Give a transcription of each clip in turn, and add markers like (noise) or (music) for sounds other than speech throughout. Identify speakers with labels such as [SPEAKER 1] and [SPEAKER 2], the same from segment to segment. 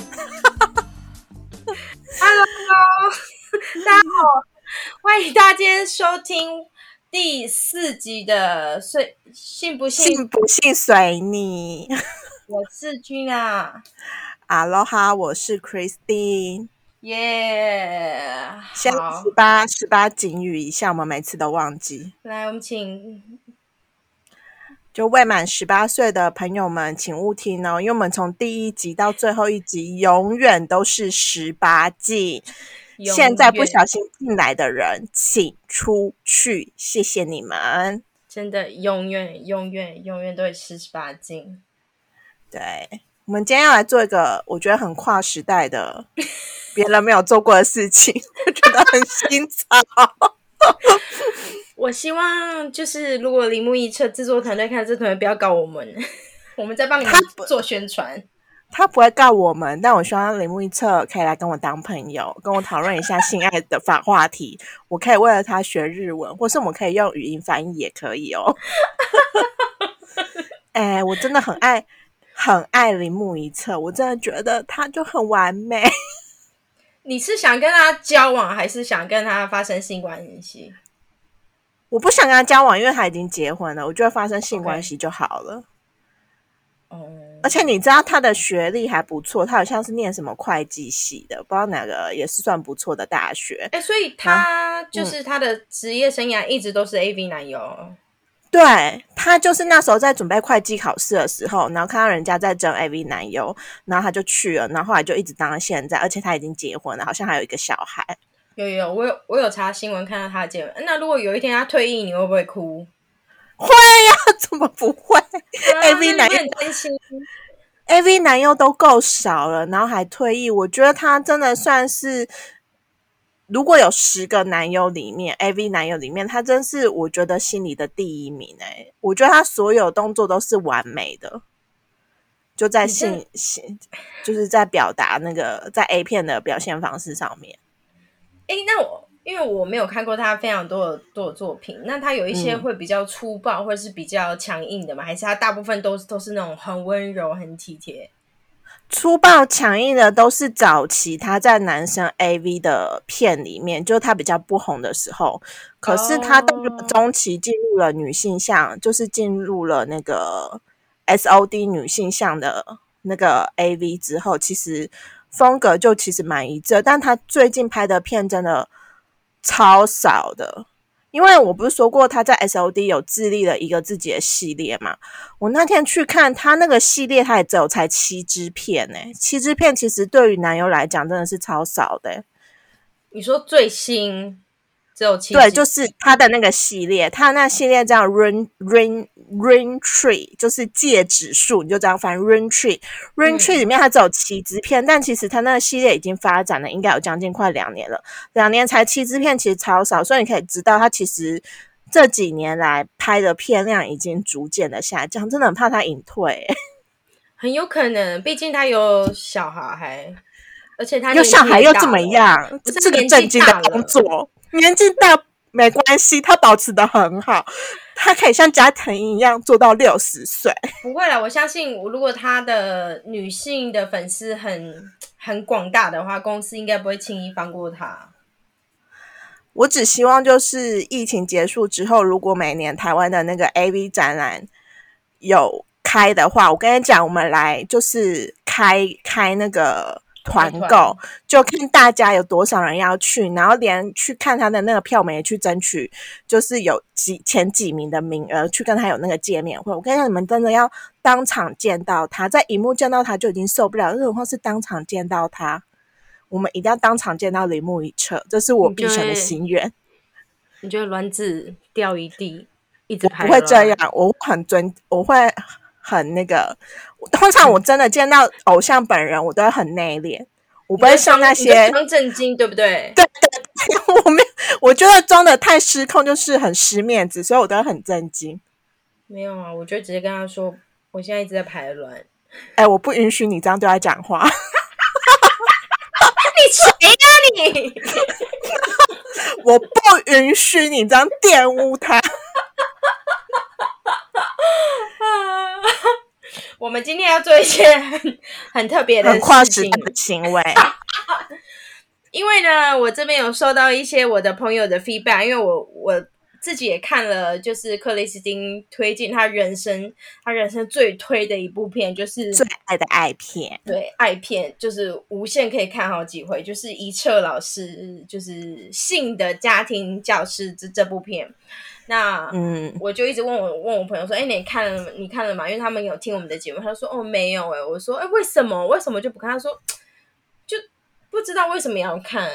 [SPEAKER 1] (laughs) 收听第四集的《睡信不信》，
[SPEAKER 2] 信不信随你。
[SPEAKER 1] 我是君啊，
[SPEAKER 2] 阿罗哈，我是 Christine。
[SPEAKER 1] 耶、
[SPEAKER 2] 先
[SPEAKER 1] 好
[SPEAKER 2] 十，八十八警语一下，我们每次都忘记。
[SPEAKER 1] 来，我们请
[SPEAKER 2] 就未满十八岁的朋友们，请勿听哦，因为我们从第一集到最后一集，永远都是十八禁。
[SPEAKER 1] 永
[SPEAKER 2] 现在不
[SPEAKER 1] 远
[SPEAKER 2] 小心进来的人，请出去，谢谢你们。
[SPEAKER 1] 真的永远永远永远都会四十八斤。
[SPEAKER 2] 对，我们今天要来做一个我觉得很跨时
[SPEAKER 1] (laughs)
[SPEAKER 2] 代的，别人没有做过的事情，我觉得很新潮。
[SPEAKER 1] 我希望就是如果铃木一彻制作团队看这团队，不要搞我们， (laughs) 我们在帮你们
[SPEAKER 2] 他不
[SPEAKER 1] 做宣传。
[SPEAKER 2] 他不会告我们，但我希望铃木一彻可以来跟我当朋友，跟我讨论一下性爱的反话题。我可以为了他学日文，或是我们可以用语音翻译也可以哦。 (laughs) 哎、我真的很爱，很爱铃木一彻，我真的觉得他就很完美。
[SPEAKER 1] 你是想跟他交往，还是想跟他发生性关系？
[SPEAKER 2] 我不想跟他交往，因为他已经结婚了，我觉得发生性关系就好了。
[SPEAKER 1] 哦、
[SPEAKER 2] 而且你知道他的学历还不错，他好像是念什么会计系的，不知道哪个也是算不错的大学。
[SPEAKER 1] 哎、所以他
[SPEAKER 2] 嗯
[SPEAKER 1] 就是他的职业生涯一直都是 AV 男优，
[SPEAKER 2] 对他就是那时候在准备会计考试的时候，然后看到人家在争 AV 男优，然后他就去了，然后后来就一直当到现在，而且他已经结婚了，好像还有一个小孩。 (laughs)
[SPEAKER 1] 有有有，我有我有查新闻看到他的结婚。那如果有一天他退役，你会不会
[SPEAKER 2] (laughs)
[SPEAKER 1] 哭、
[SPEAKER 2] 会呀、怎么不会
[SPEAKER 1] 啊那
[SPEAKER 2] AV 男
[SPEAKER 1] 你会
[SPEAKER 2] 优
[SPEAKER 1] 很担心。
[SPEAKER 2] ？AV 男优都够少了，然后还退役，我觉得他真的算是，如果有十个男优里面，AV 男优里面，他真是我觉得心里的第一名哎、我觉得他所有动作都是完美的，就在
[SPEAKER 1] 你这
[SPEAKER 2] 性性，就是在表达那个在 A 片的表现方式上面。
[SPEAKER 1] 哎、那我因为我没有看过他非常多的多的作品，那他有一些
[SPEAKER 2] 嗯
[SPEAKER 1] 会比较粗暴，或者是比较强硬的吗？还是他大部分都是都是那种很温柔、很体贴？
[SPEAKER 2] 粗暴强硬的都是早期他在男生 AV 的片里面，就是他比较不红的时候。可是他到了
[SPEAKER 1] 哦
[SPEAKER 2] 中期进入了女性向，就是进入了那个 SOD 女性向的那个 AV 之后，其实风格就其实蛮一致的。但他最近拍的片真的超少的，因为我不是说过他在 SOD 有自立了一个自己的系列嘛？我那天去看他那个系列，他也只有才七支片呢、七支片其实对于男优来讲真的是超少的欸、
[SPEAKER 1] 你说最新只有七集，
[SPEAKER 2] 对，就是他的那个系列，他那系列叫 Ring Ring Ring Tree，就是戒指树，你就这样翻 Ring Tree。Ring
[SPEAKER 1] 嗯
[SPEAKER 2] Tree 里面它只有七支片，但其实它那个系列已经发展了，应该有将近快两年了，两年才七支片，其实超少，所以你可以知道它其实这几年来拍的片量已经逐渐的下降，真的很怕他隐退欸、
[SPEAKER 1] 很有可能，毕竟他有小孩，而且他
[SPEAKER 2] 有
[SPEAKER 1] 年纪
[SPEAKER 2] 小孩
[SPEAKER 1] 也
[SPEAKER 2] 又
[SPEAKER 1] 大
[SPEAKER 2] 怎么
[SPEAKER 1] 了？
[SPEAKER 2] 样？
[SPEAKER 1] 不
[SPEAKER 2] 这
[SPEAKER 1] 是
[SPEAKER 2] 是个
[SPEAKER 1] 年纪
[SPEAKER 2] 正经
[SPEAKER 1] 大
[SPEAKER 2] 的工
[SPEAKER 1] 了
[SPEAKER 2] 作，年纪大没关系，他保持的很好，他可以像加藤一样做到六十岁。
[SPEAKER 1] 不会啦，我相信，如果他的女性的粉丝很很广大的话，公司应该不会轻易放过他。
[SPEAKER 2] 我只希望就是疫情结束之后，如果每年台湾的那个 AV 展览有开的话，我跟你讲，我们来就是开开那个团
[SPEAKER 1] 开团
[SPEAKER 2] 购，就看大家有多少人要去，然后连去看他的那个票，我们也去争取，就是有几前几名的名额去跟他有那个见面会。我跟你讲，你们真的要当场见到他，在荧幕见到他就已经受不了，更何况是当场见到他。我们一定要当场见到铃木一彻，这是我
[SPEAKER 1] 你
[SPEAKER 2] 毕
[SPEAKER 1] 就
[SPEAKER 2] 生
[SPEAKER 1] 会
[SPEAKER 2] 的心愿。
[SPEAKER 1] 你觉得卵子掉一地，一直
[SPEAKER 2] 不会这样，我会很尊，我会很那个。通常我真的见到偶像本人，我都会很内敛，我
[SPEAKER 1] 你
[SPEAKER 2] 不会像那些。
[SPEAKER 1] 装震惊，对不对？
[SPEAKER 2] (laughs) 我没有，我觉得装的太失控，就是很失面子，所以我都会很震惊。
[SPEAKER 1] 没有啊，我就直接跟他说，我现在一直在排卵。你
[SPEAKER 2] 哎，我不允许你这样对他讲话。 (laughs)
[SPEAKER 1] 谁呀、你？
[SPEAKER 2] 我不允许你这样玷污他。
[SPEAKER 1] (laughs) 我们今天要做一些很很特别的
[SPEAKER 2] 很跨
[SPEAKER 1] 事
[SPEAKER 2] 时
[SPEAKER 1] 情
[SPEAKER 2] 代，的行为，
[SPEAKER 1] 因为呢，我这边有收到一些我的朋友的 feedback，因为我我自己也看了，就是克里斯汀推荐他人生他人生最推的一部片，就是
[SPEAKER 2] 最爱的爱片，
[SPEAKER 1] 对爱片，就是无限可以看好几回，就是一彻老师就是《性的家庭教师》这这部片，那
[SPEAKER 2] 嗯，
[SPEAKER 1] 我就一直问我问我朋友说，哎、你看了你看了吗？因为他们有听我们的节目，他说哦没有哎、我说哎、为什么为什么就不看？他说就不知道为什么要看，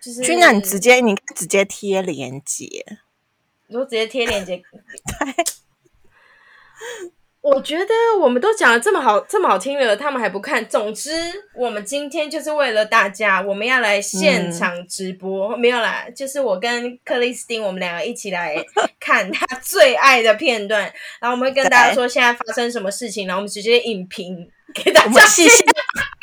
[SPEAKER 1] 就是
[SPEAKER 2] 君娜，你直接你直接贴链接，
[SPEAKER 1] 你说直接贴链接，对。(laughs)
[SPEAKER 2] (laughs)
[SPEAKER 1] 我觉得我们都讲的这么好，这么好听了，他们还不看。总之，我们今天就是为了大家，我们要来
[SPEAKER 2] 嗯
[SPEAKER 1] 现场直播，没有啦，就是我跟克里斯汀，我们两个一起来看他最爱的片段，然后我们会跟大家说现在发生什么事情，然后我们直接影评给大
[SPEAKER 2] 我
[SPEAKER 1] 家
[SPEAKER 2] 们。细细，
[SPEAKER 1] 啊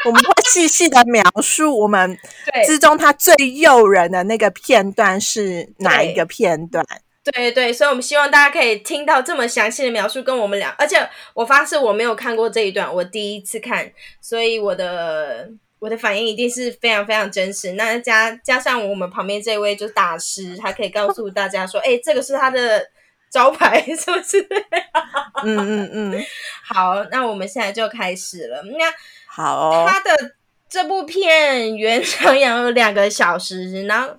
[SPEAKER 2] 我们会细细的描述我们
[SPEAKER 1] (laughs) 对，
[SPEAKER 2] 之中它最诱人的那个片段是哪一个片段？
[SPEAKER 1] 对对，所以我们希望大家可以听到这么详细的描述，跟我们俩。而且我发誓我没有看过这一段，我第一次看，所以我的我的反应一定是非常非常真实。那加加上我们旁边这位就是大师，他可以告诉大家说，哎，这个是他的招牌， (laughs) 是不是？
[SPEAKER 2] 嗯嗯嗯，
[SPEAKER 1] 好，那我们现在就开始了。那
[SPEAKER 2] 好哦，
[SPEAKER 1] 他的这部片原长有两个小时，然后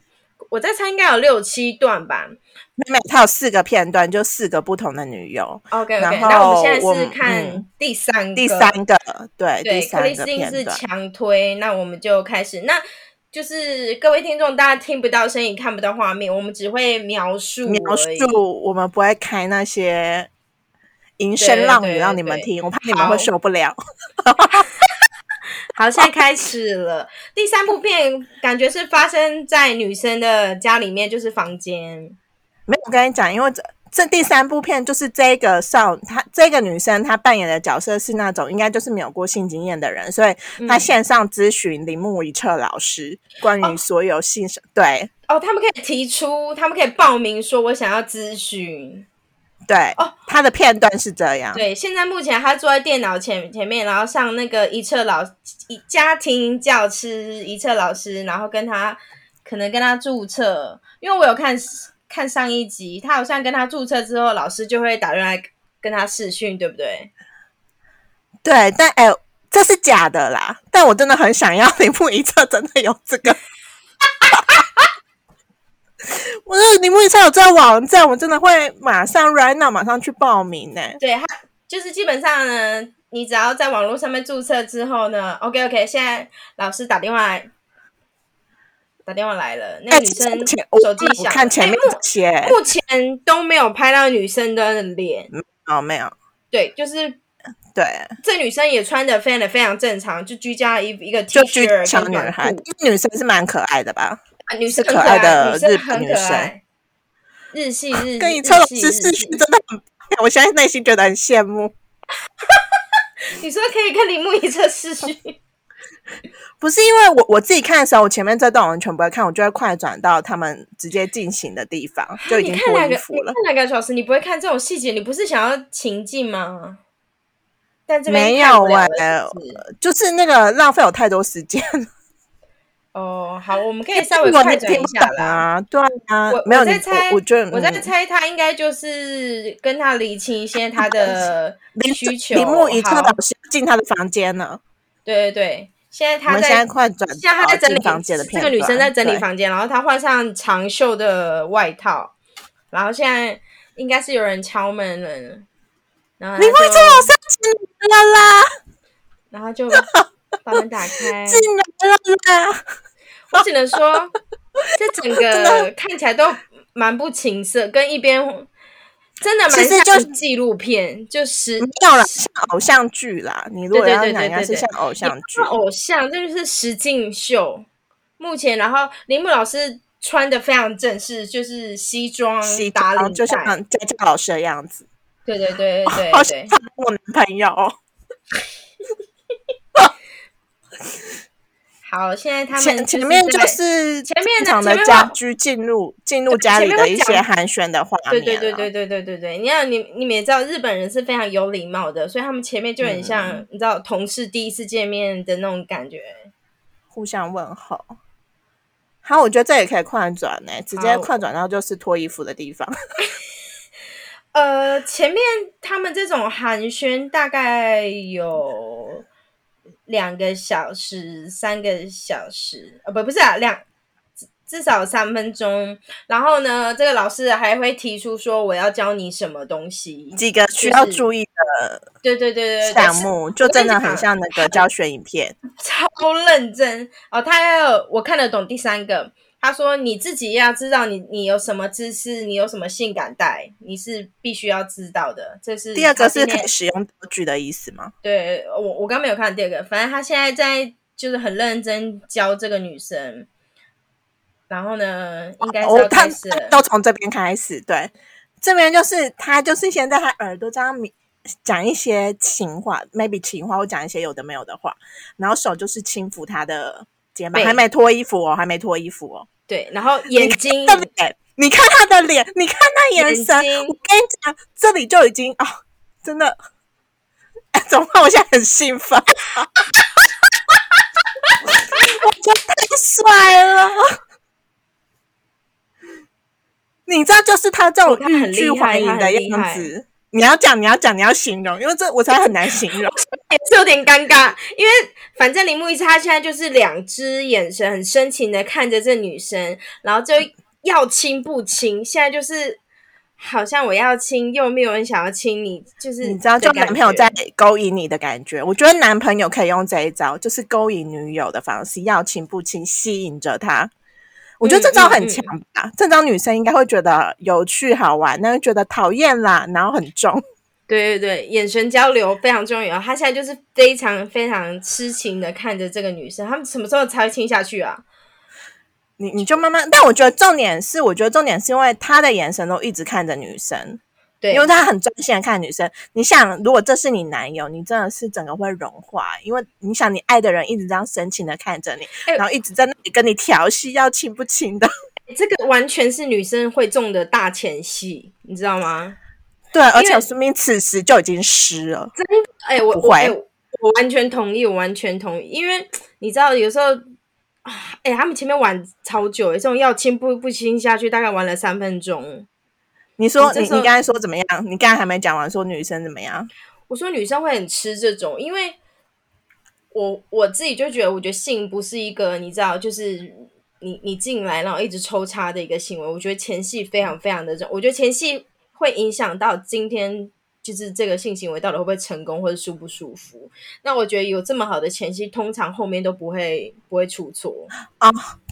[SPEAKER 1] 我在猜应该有六七段吧。
[SPEAKER 2] 妹妹她有四个片段，就四个不同的女友。
[SPEAKER 1] OK OK，
[SPEAKER 2] 然
[SPEAKER 1] 那我们现
[SPEAKER 2] 后我
[SPEAKER 1] 在是
[SPEAKER 2] 们
[SPEAKER 1] 看
[SPEAKER 2] 嗯
[SPEAKER 1] 第三个，
[SPEAKER 2] 第三个，对，
[SPEAKER 1] 对，
[SPEAKER 2] 第
[SPEAKER 1] 克
[SPEAKER 2] 三
[SPEAKER 1] 里
[SPEAKER 2] 个
[SPEAKER 1] 斯汀
[SPEAKER 2] 片
[SPEAKER 1] 是
[SPEAKER 2] 段，
[SPEAKER 1] 强推，那我们就开始，那就是各位听众，大家听不到声音，看不到画面，我们只会描述
[SPEAKER 2] 描
[SPEAKER 1] 而已
[SPEAKER 2] 述我们不会开那些淫声
[SPEAKER 1] 对
[SPEAKER 2] 浪语
[SPEAKER 1] 对
[SPEAKER 2] 让你们
[SPEAKER 1] 对
[SPEAKER 2] 听，我怕你们会
[SPEAKER 1] 好
[SPEAKER 2] 受不了。
[SPEAKER 1] 好，现在开始了。第三部片感觉是发生在女生的家里面，就是房间。
[SPEAKER 2] 没有，我跟你讲，因为这这第三部片就是这个少，她这个女生她扮演的角色是那种应该就是没有过性经验的人，所以她
[SPEAKER 1] 嗯
[SPEAKER 2] 线上咨询铃木一彻老师关于所有性上、对
[SPEAKER 1] 哦，他们可以提出，他们可以报名说，我想要咨询。
[SPEAKER 2] 对、
[SPEAKER 1] 哦
[SPEAKER 2] 她的片段是这样，
[SPEAKER 1] 对，现在目前他坐在电脑前前面，然后上那个一册老一家庭教师一册老师，然后跟他可能跟他注册，因为我有看看上一集，他好像跟他注册之后，老师就会打电话来跟他视讯，对不对？
[SPEAKER 2] 对，但哎、这是假的啦，但我真的很想要铃木一彻真的有这个。 (laughs) 我说铃木一彻有这个网站，我真的会马上 right now 马上去报名呢、
[SPEAKER 1] 对，他就是基本上呢，你只要在网络上面注册之后呢，OK OK，现在老师打电话来。打电话来了，那
[SPEAKER 2] 哎、
[SPEAKER 1] 女
[SPEAKER 2] 其实
[SPEAKER 1] 生
[SPEAKER 2] 目前我
[SPEAKER 1] 手机
[SPEAKER 2] 我
[SPEAKER 1] 响了，
[SPEAKER 2] 看前
[SPEAKER 1] 哎
[SPEAKER 2] 面这些、
[SPEAKER 1] 目目前都没有拍到女生的脸，
[SPEAKER 2] 哦，没有，
[SPEAKER 1] 对，就是
[SPEAKER 2] 对，
[SPEAKER 1] 这女生也穿的非常的非常正常，就居家一一个 T
[SPEAKER 2] 就居
[SPEAKER 1] 恤
[SPEAKER 2] 小
[SPEAKER 1] 跟
[SPEAKER 2] 女
[SPEAKER 1] 短
[SPEAKER 2] 孩，
[SPEAKER 1] 裤，
[SPEAKER 2] 因为女生是蛮可爱的吧？
[SPEAKER 1] 啊女生
[SPEAKER 2] 是
[SPEAKER 1] 很
[SPEAKER 2] 可
[SPEAKER 1] 爱
[SPEAKER 2] 爱的
[SPEAKER 1] 女生
[SPEAKER 2] 日本
[SPEAKER 1] 很
[SPEAKER 2] 女
[SPEAKER 1] 可
[SPEAKER 2] 生
[SPEAKER 1] 爱，日系日
[SPEAKER 2] 跟你
[SPEAKER 1] 日
[SPEAKER 2] 车老
[SPEAKER 1] 系
[SPEAKER 2] 师视
[SPEAKER 1] 日系
[SPEAKER 2] 讯真，的很棒，我现在内心觉得很羡慕。
[SPEAKER 1] 你说可以跟铃木一彻视
[SPEAKER 2] (laughs)
[SPEAKER 1] 讯，
[SPEAKER 2] 不是因为我我自己看的时候，我前面这段我完全不会看，我就会快转到他们直接进行的地方，就已
[SPEAKER 1] 你
[SPEAKER 2] 经
[SPEAKER 1] 看
[SPEAKER 2] 脱
[SPEAKER 1] 两
[SPEAKER 2] 衣
[SPEAKER 1] 个
[SPEAKER 2] 服了
[SPEAKER 1] 你。看两个小时，你不会看这种细节，你不是想要情境吗？但这边
[SPEAKER 2] 没
[SPEAKER 1] 看
[SPEAKER 2] 有
[SPEAKER 1] 不了
[SPEAKER 2] 哎
[SPEAKER 1] 是不是
[SPEAKER 2] 就是那个浪费我太多时间了，
[SPEAKER 1] 哦，好，我们可
[SPEAKER 2] 因
[SPEAKER 1] 以
[SPEAKER 2] 为
[SPEAKER 1] 稍
[SPEAKER 2] (laughs)
[SPEAKER 1] 微
[SPEAKER 2] 我
[SPEAKER 1] 快
[SPEAKER 2] 也
[SPEAKER 1] 转
[SPEAKER 2] 听
[SPEAKER 1] 一
[SPEAKER 2] 不
[SPEAKER 1] 下
[SPEAKER 2] 懂
[SPEAKER 1] 啦。
[SPEAKER 2] 啊，对啊
[SPEAKER 1] 我，
[SPEAKER 2] 没有
[SPEAKER 1] 我
[SPEAKER 2] 你
[SPEAKER 1] 在猜，
[SPEAKER 2] 我觉得
[SPEAKER 1] 我在
[SPEAKER 2] 嗯
[SPEAKER 1] 猜他应该就是跟他厘清一些他
[SPEAKER 2] (laughs)
[SPEAKER 1] 的
[SPEAKER 2] 铃
[SPEAKER 1] 需求。
[SPEAKER 2] 铃木一彻
[SPEAKER 1] 好
[SPEAKER 2] 老师进他的房间了，
[SPEAKER 1] 对对对，现在
[SPEAKER 2] 我
[SPEAKER 1] 他
[SPEAKER 2] 们现
[SPEAKER 1] 在
[SPEAKER 2] 在快转
[SPEAKER 1] 现在他在
[SPEAKER 2] 到
[SPEAKER 1] 整理
[SPEAKER 2] 进房间的
[SPEAKER 1] 这
[SPEAKER 2] 片
[SPEAKER 1] 个
[SPEAKER 2] 段。
[SPEAKER 1] 女生在整理
[SPEAKER 2] 对
[SPEAKER 1] 房间，然后她换上长袖的外套，然后现在应该是有人敲门了，然后她
[SPEAKER 2] 你会
[SPEAKER 1] 就
[SPEAKER 2] 这老师进来啦，
[SPEAKER 1] 然后
[SPEAKER 2] (laughs)
[SPEAKER 1] 就把门打开。
[SPEAKER 2] 进来了啦！
[SPEAKER 1] 我只能说，这整个看起来都蛮不情色，跟一边真的
[SPEAKER 2] 其
[SPEAKER 1] 蛮
[SPEAKER 2] 实
[SPEAKER 1] 像
[SPEAKER 2] 就是
[SPEAKER 1] 纪录片，就是
[SPEAKER 2] 没有啦，像偶像剧啦。你如果
[SPEAKER 1] 对对
[SPEAKER 2] 要
[SPEAKER 1] 对
[SPEAKER 2] 讲，
[SPEAKER 1] 对
[SPEAKER 2] 应该
[SPEAKER 1] 对
[SPEAKER 2] 是
[SPEAKER 1] 对
[SPEAKER 2] 像偶像剧。
[SPEAKER 1] 偶像，这就是实境秀。目前，然后铃木老师穿的非常正式，就是西装
[SPEAKER 2] 西
[SPEAKER 1] 打领
[SPEAKER 2] 装就像哦
[SPEAKER 1] 带，
[SPEAKER 2] 佳佳老师的样子，
[SPEAKER 1] 对对对对
[SPEAKER 2] 好
[SPEAKER 1] 对
[SPEAKER 2] 想
[SPEAKER 1] 对，
[SPEAKER 2] 当我男朋友哦。
[SPEAKER 1] 好，现在他们
[SPEAKER 2] 前
[SPEAKER 1] 就是
[SPEAKER 2] 前面就
[SPEAKER 1] 在
[SPEAKER 2] 是
[SPEAKER 1] 前面
[SPEAKER 2] 正
[SPEAKER 1] 的
[SPEAKER 2] 常的
[SPEAKER 1] 前面
[SPEAKER 2] 家
[SPEAKER 1] 会
[SPEAKER 2] 居进入进入
[SPEAKER 1] 对
[SPEAKER 2] 家
[SPEAKER 1] 前
[SPEAKER 2] 里
[SPEAKER 1] 面
[SPEAKER 2] 的
[SPEAKER 1] 会
[SPEAKER 2] 一
[SPEAKER 1] 讲
[SPEAKER 2] 些寒暄的画
[SPEAKER 1] 对
[SPEAKER 2] 面。
[SPEAKER 1] 对对对，对对对对，你要你你们也知道，日本人是非常有礼貌的，所以他们前面就很像、
[SPEAKER 2] 嗯
[SPEAKER 1] 你知道同事第一次见面的那种感觉。
[SPEAKER 2] 互相问候。好，我觉得这也可以快转呢、直接
[SPEAKER 1] 好
[SPEAKER 2] 快转到就是脱衣服的地方。
[SPEAKER 1] 呃，前面他们这种寒暄大概有两个小时、三个小时，呃，不，不是啊，两至至少三分钟。然后呢，这个老师还会提出说我要教你什么东西。
[SPEAKER 2] 几个需要注意的
[SPEAKER 1] 对对对对对，
[SPEAKER 2] 项
[SPEAKER 1] 是
[SPEAKER 2] 目，就真的很像那个教学影片。
[SPEAKER 1] 超认真哦。他还有我看得懂第三个，他说你自己要知道你你有什么知识，你有什么性感带，你是必须要知道的。这是
[SPEAKER 2] 第二
[SPEAKER 1] 他
[SPEAKER 2] 个
[SPEAKER 1] 今
[SPEAKER 2] 是
[SPEAKER 1] 天
[SPEAKER 2] 可以使用多句的意思吗？
[SPEAKER 1] 对我，我刚没有看第二个，反正他现在在就是很认真教这个女生，然后呢，应该是
[SPEAKER 2] 哦
[SPEAKER 1] 要，
[SPEAKER 2] 他
[SPEAKER 1] 开始了
[SPEAKER 2] 都从这边开始，对，这边就是他就是先在他耳朵这样抿讲一些情话，maybe 情话，或讲一些有的没有的话，然后手就是轻抚他的肩膀，
[SPEAKER 1] 背
[SPEAKER 2] 还没脱衣服哦，还没脱衣服哦，
[SPEAKER 1] 对，然后眼睛
[SPEAKER 2] 你看他的脸，你看他的脸，你看他眼神，
[SPEAKER 1] 眼睛
[SPEAKER 2] 我跟你讲，这里就已经哦，真的， (laughs) 哎，怎么办？我现在很兴奋，我觉得太帅了。你知道，就是他这种
[SPEAKER 1] 他很
[SPEAKER 2] 欲
[SPEAKER 1] 厉
[SPEAKER 2] 拒
[SPEAKER 1] 害
[SPEAKER 2] 还迎
[SPEAKER 1] 他
[SPEAKER 2] 的
[SPEAKER 1] 很厉
[SPEAKER 2] 样
[SPEAKER 1] 害
[SPEAKER 2] 子，你要讲，你要讲，你要形容，因为这我才很难形容。
[SPEAKER 1] 也是有点尴尬，因为反正铃木一他现在就是两只眼神很深情的看着这女生，然后就要亲不亲，现在就是好像我要亲又没有人想要亲你，就是
[SPEAKER 2] 你知道，
[SPEAKER 1] 这
[SPEAKER 2] 就
[SPEAKER 1] 感
[SPEAKER 2] 男朋友
[SPEAKER 1] 觉
[SPEAKER 2] 在勾引你的感觉。我觉得男朋友可以用这一招，就是勾引女友的方式，要亲不亲，吸引着她。我
[SPEAKER 1] 嗯
[SPEAKER 2] 觉得这招很强吧，这招女生应该会觉得有趣好玩，那就觉得讨厌啦，然后很重。
[SPEAKER 1] 对对对，眼神交流非常重要。他现在就是非常非常痴情的看着这个女生，他们什么时候才会亲下去啊？
[SPEAKER 2] 你你就慢慢，但我觉得重点是，我觉得重点是因为他的眼神都一直看着女生，
[SPEAKER 1] 对，
[SPEAKER 2] 因为他很专心的看女生。你想，如果这是你男友，你真的是整个会融化，因为你想你爱的人一直这样深情的看着你，
[SPEAKER 1] 哎
[SPEAKER 2] 然后一直在那里跟你调戏，要亲不亲的。
[SPEAKER 1] 这个完全是女生会中的大前戏，你知道吗？
[SPEAKER 2] 对，而
[SPEAKER 1] 因为
[SPEAKER 2] 且说明此时就已经湿了。
[SPEAKER 1] 哎、我
[SPEAKER 2] 不
[SPEAKER 1] 我
[SPEAKER 2] 会
[SPEAKER 1] 哎我完全同意，我完全同意，因为你知道有时候。啊哎、他们前面玩超久，这种要亲不不亲下去，大概玩了三分钟。
[SPEAKER 2] 你说
[SPEAKER 1] 你这
[SPEAKER 2] 你
[SPEAKER 1] 时候
[SPEAKER 2] 你刚才说怎么样？你刚才还没讲完，说女生怎么样？
[SPEAKER 1] 我说女生会很吃这种，因为我我自己就觉得，我觉得性不是一个你知道，就是你你进来然后一直抽插的一个行为。我觉得前戏非常非常的重，我觉得前戏会影响到今天就是这个性行为到底会不会成功或者舒不舒服。那我觉得有这么好的前戏，通常后面都不会不会出错。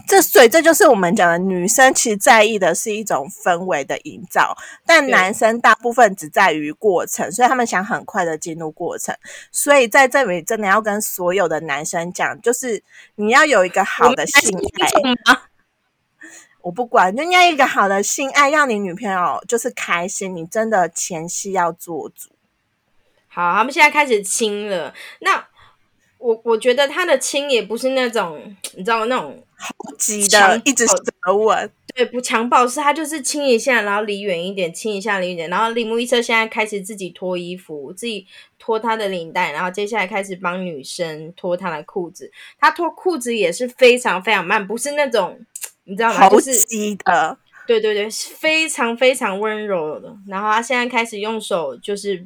[SPEAKER 2] 这所以这就是我们讲的，女生其实在意的是一种氛围的营造，但
[SPEAKER 1] 对
[SPEAKER 2] 男生大部分只在于过程，所以他们想很快的进入过程。所以在这里真的要跟所有的男生讲，就是你要有一个好的性爱。 (laughs) 我不管，就应该一个好的性爱，让你女朋友就是开心。你真的前戏要做足。
[SPEAKER 1] 好，他们现在开始亲了。那我我觉得他的亲也不是那种你知道那种。
[SPEAKER 2] 急
[SPEAKER 1] 强
[SPEAKER 2] 的一直舌吻，
[SPEAKER 1] 对，不强暴是他就是亲一下，然后离远一点，亲一下离远一点。然后铃木一车现在开始自己脱衣服，自己脱他的领带，然后接下来开始帮女生脱她的裤子。他脱裤子也是非常非常慢，不是那种你知道吗？
[SPEAKER 2] 好
[SPEAKER 1] 就是
[SPEAKER 2] 急的。
[SPEAKER 1] 对对对，是非常非常温柔的。然后他现在开始用手就是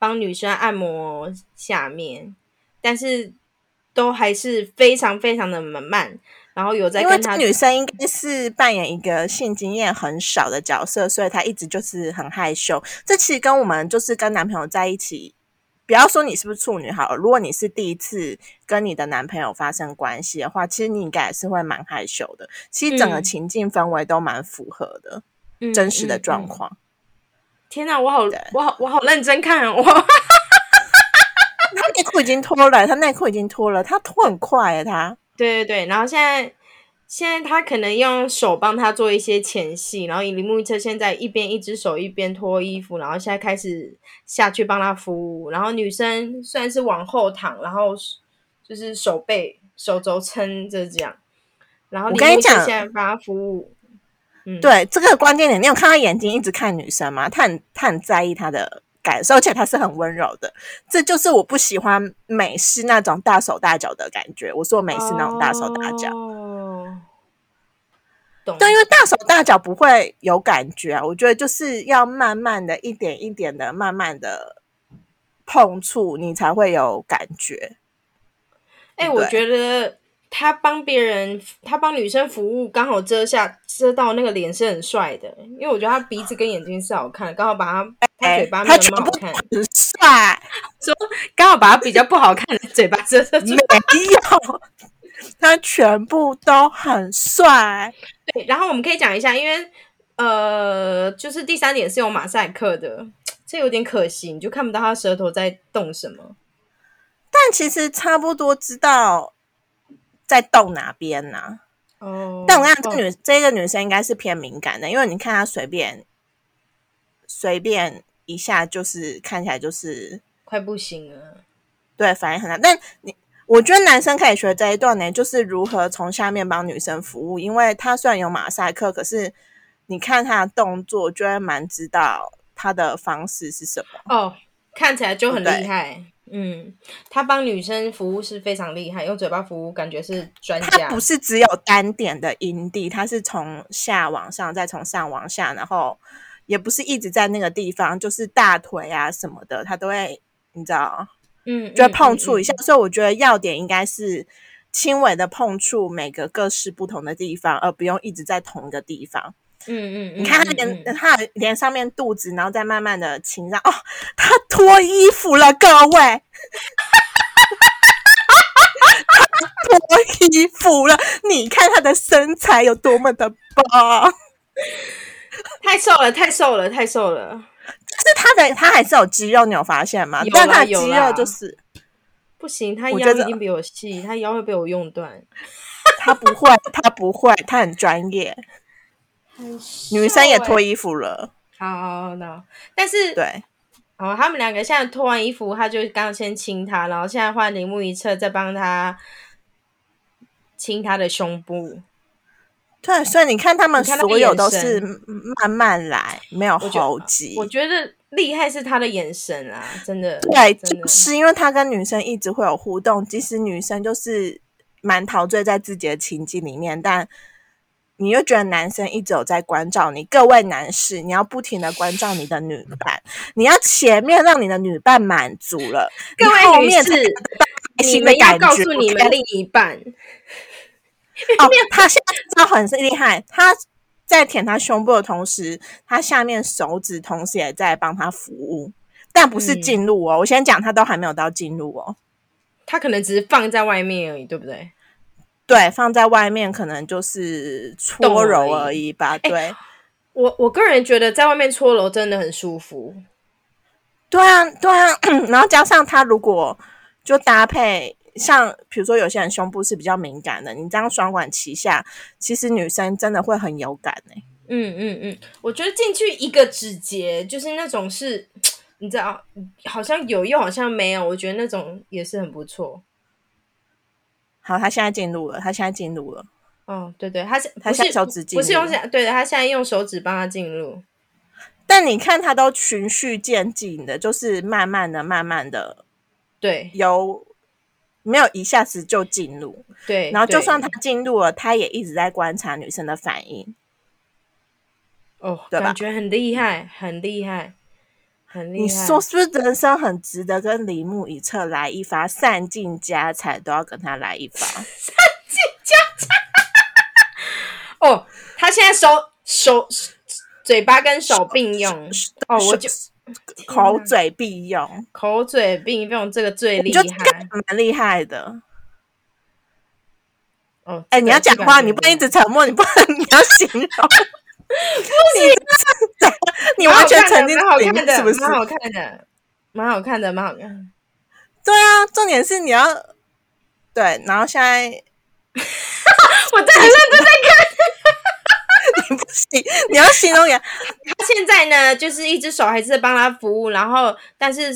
[SPEAKER 1] 帮女生按摩下面，但是都还是非常非常的慢。然后有在
[SPEAKER 2] 因为
[SPEAKER 1] 跟
[SPEAKER 2] 这
[SPEAKER 1] 他
[SPEAKER 2] 女生应该是扮演一个性经验很少的角色，所以她一直就是很害羞。这其实跟我们就是跟男朋友在一起，不要说你是不是处女好了，如果你是第一次跟你的男朋友发生关系的话，其实你应该也是会蛮害羞的。其实整个
[SPEAKER 1] 嗯
[SPEAKER 2] 情境氛围都蛮符合的，
[SPEAKER 1] 嗯
[SPEAKER 2] 真实
[SPEAKER 1] 嗯
[SPEAKER 2] 的
[SPEAKER 1] 嗯
[SPEAKER 2] 状况。
[SPEAKER 1] 天哪，我好
[SPEAKER 2] 对，
[SPEAKER 1] 我好，我好认真看哦， (laughs) 我
[SPEAKER 2] 她内裤已经脱了，她内裤已经脱了，她脱很快耶，她。
[SPEAKER 1] 对对对，然后现在现在他可能用手帮他做一些前戏，然后铃木一车现在一边一只手一边脱衣服，然后现在开始下去帮他服务，然后女生虽然是往后躺，然后就是手背手肘撑着这样，然后
[SPEAKER 2] 我
[SPEAKER 1] 铃
[SPEAKER 2] 跟你
[SPEAKER 1] 木一车现
[SPEAKER 2] 讲
[SPEAKER 1] 在帮他服务，嗯，
[SPEAKER 2] 对这个关键点，你有看他眼睛一直看女生吗？他很他很在意她的感受，而且他是很温柔的。这就是我不喜欢美式那种大手大脚的感觉。我说美式那种大手大脚，
[SPEAKER 1] 哦懂。
[SPEAKER 2] 对，因为大手大脚不会有感觉啊，我觉得就是要慢慢的、一点一点的、慢慢的碰触，你才会有感觉。
[SPEAKER 1] 哎、我
[SPEAKER 2] 对
[SPEAKER 1] 觉得他帮别人，他帮女生服务，刚好遮下遮到那个脸是很帅的，因为我觉得他鼻子跟眼睛是好看的，刚好把他哎他嘴巴没
[SPEAKER 2] 他
[SPEAKER 1] 有那
[SPEAKER 2] 全
[SPEAKER 1] 么
[SPEAKER 2] 部
[SPEAKER 1] 好
[SPEAKER 2] 都
[SPEAKER 1] 看，
[SPEAKER 2] 很帅，
[SPEAKER 1] 刚好把他比较不好看的嘴巴遮 (laughs) 遮住
[SPEAKER 2] 没。有，他全部都很帅。
[SPEAKER 1] 对，然后我们可以讲一下，因为呃，就是第三点是有马赛克的，这有点可惜，你就看不到他舌头在动什么。
[SPEAKER 2] 但其实差不多知道在动哪边呐、
[SPEAKER 1] 哦，
[SPEAKER 2] 但我跟你讲，
[SPEAKER 1] 哦
[SPEAKER 2] 这女这个女生应该是偏敏感的，因为你看她随便随便一下，就是看起来就是
[SPEAKER 1] 快不行了。
[SPEAKER 2] 对反应很大。但你我觉得男生可以学这一段呢，就是如何从下面帮女生服务，因为她虽然有马赛克，可是你看她的动作，就会蛮知道她的方式是什么。
[SPEAKER 1] 哦，看起来就很
[SPEAKER 2] 对
[SPEAKER 1] 厉害。嗯，他帮女生服务是非常厉害，用嘴巴服务感觉是专
[SPEAKER 2] 它
[SPEAKER 1] 家
[SPEAKER 2] 不。是只有单点的阴蒂，它是从下往上，再从上往下，然后也不是一直在那个地方，就是大腿啊什么的，它都会你知道，
[SPEAKER 1] 嗯，
[SPEAKER 2] 就会
[SPEAKER 1] 嗯
[SPEAKER 2] 碰触一。下。
[SPEAKER 1] 嗯嗯
[SPEAKER 2] 所以我觉得要点应该是轻微的碰触每个各式不同的地方，而不用一直在同一个地方。
[SPEAKER 1] 嗯嗯，
[SPEAKER 2] 你看
[SPEAKER 1] 嗯
[SPEAKER 2] 他连、
[SPEAKER 1] 嗯嗯
[SPEAKER 2] 他连上面肚子，然后再慢慢的亲上，哦，他脱衣服了，各位。他脱衣服了，你看他的身材有多么的棒，
[SPEAKER 1] 太瘦了，太瘦了，太瘦了，
[SPEAKER 2] 但是他的他还是有肌肉，你有发现
[SPEAKER 1] 有？
[SPEAKER 2] 吗
[SPEAKER 1] 啦
[SPEAKER 2] 但他的
[SPEAKER 1] 有
[SPEAKER 2] 肌
[SPEAKER 1] 啦
[SPEAKER 2] 肉就是
[SPEAKER 1] 不行，他
[SPEAKER 2] 我
[SPEAKER 1] 腰
[SPEAKER 2] 觉得
[SPEAKER 1] 一定比我细，他腰会被我用断。
[SPEAKER 2] 他不会，他不会，他很专业。女生也脱衣服了，
[SPEAKER 1] 好好，好那但是
[SPEAKER 2] 对，
[SPEAKER 1] 哦，他们两个现在脱完衣服，他就刚先亲她，然后现在换铃木一彻再帮他亲她的胸部。
[SPEAKER 2] 对，所以你看他们
[SPEAKER 1] 你看他的
[SPEAKER 2] 所有
[SPEAKER 1] 眼
[SPEAKER 2] 都
[SPEAKER 1] 神
[SPEAKER 2] 是慢慢来，没有
[SPEAKER 1] 我觉得
[SPEAKER 2] 猴急。
[SPEAKER 1] 我觉得厉害是他的眼神啊，真的，
[SPEAKER 2] 对，
[SPEAKER 1] 真的
[SPEAKER 2] 就，是因为他跟女生一直会有互动，即使女生就是蛮陶醉在自己的情境里面，但你又觉得男生一直有在关照你。各位男士，你要不停的关照你的女伴，你要前面让你的女伴满足了，
[SPEAKER 1] 各
[SPEAKER 2] 你后
[SPEAKER 1] 位女
[SPEAKER 2] 面才
[SPEAKER 1] 士，
[SPEAKER 2] 开
[SPEAKER 1] 你
[SPEAKER 2] 心
[SPEAKER 1] 们
[SPEAKER 2] 的
[SPEAKER 1] 要
[SPEAKER 2] 感觉。
[SPEAKER 1] 告诉你们另一半，
[SPEAKER 2] 哦，他现在知道很是厉害，他在舔他胸部的同时，他下面手指同时也在帮他服务。但不是
[SPEAKER 1] 嗯
[SPEAKER 2] 进入哦，我先讲，他都还没有到进入哦。
[SPEAKER 1] 他可能只是放在外面而已，对不对？
[SPEAKER 2] 对，放在外面可能就是
[SPEAKER 1] 动
[SPEAKER 2] 搓
[SPEAKER 1] 而
[SPEAKER 2] 揉
[SPEAKER 1] 已哎
[SPEAKER 2] 而已吧。对，
[SPEAKER 1] 我我个人觉得在外面搓揉真的很舒服，
[SPEAKER 2] 对啊，对啊。 (clears throat) 然后加上它如果就搭配，像比如说有些人胸部是比较敏感的，你这样双管齐下，其实女生真的会很有感欸呢、
[SPEAKER 1] 嗯嗯嗯，我觉得进去一个指节，就是那种是，你知道，好像有又好像没有，我觉得那种也是很不错。
[SPEAKER 2] 好，他现在进入了，他现在进入了。
[SPEAKER 1] 哦，对对，他是
[SPEAKER 2] 他
[SPEAKER 1] 不
[SPEAKER 2] 现
[SPEAKER 1] 是
[SPEAKER 2] 在手指进
[SPEAKER 1] 不是用
[SPEAKER 2] 入
[SPEAKER 1] 手，对的，他现在用手指帮他进入。
[SPEAKER 2] 但你看，他都循序渐进的，就是慢慢的、慢慢的，
[SPEAKER 1] 对
[SPEAKER 2] 由没有一下子就进入。
[SPEAKER 1] 对，
[SPEAKER 2] 然后就
[SPEAKER 1] 对
[SPEAKER 2] 算他进入了，他也一直在观察女生的反应。
[SPEAKER 1] 哦，
[SPEAKER 2] 对吧
[SPEAKER 1] 感觉很厉害，很厉害，很厉害。
[SPEAKER 2] 你说是不是人生很值得跟铃木一彻来一发，散尽家财都要跟他来一发？
[SPEAKER 1] (laughs) 哦，他现在手手嘴巴跟手并用，哦，我就
[SPEAKER 2] 口嘴必用，
[SPEAKER 1] 口嘴并用，这个最
[SPEAKER 2] 你
[SPEAKER 1] 厉
[SPEAKER 2] 就这个
[SPEAKER 1] 害。
[SPEAKER 2] 蛮厉害的。
[SPEAKER 1] 哦，
[SPEAKER 2] 哎、
[SPEAKER 1] 这
[SPEAKER 2] 你
[SPEAKER 1] 个
[SPEAKER 2] 要讲
[SPEAKER 1] 这个
[SPEAKER 2] 话，
[SPEAKER 1] 感觉
[SPEAKER 2] 你不
[SPEAKER 1] 真
[SPEAKER 2] 能
[SPEAKER 1] 的
[SPEAKER 2] 一直沉默，你不能，你要形
[SPEAKER 1] (laughs)
[SPEAKER 2] 容。不行，你完全沉浸
[SPEAKER 1] 啊蛮好
[SPEAKER 2] 在里
[SPEAKER 1] 看
[SPEAKER 2] 面，
[SPEAKER 1] 的，
[SPEAKER 2] 是不是？
[SPEAKER 1] 蛮好看的，蛮好看的，蛮好看的。
[SPEAKER 2] 对啊，重点是你要对，然后现在 (laughs) 你
[SPEAKER 1] 我真的认真在看。
[SPEAKER 2] 不行，你要形容你
[SPEAKER 1] 他现在呢，就是一只手还是在帮他服务，然后但是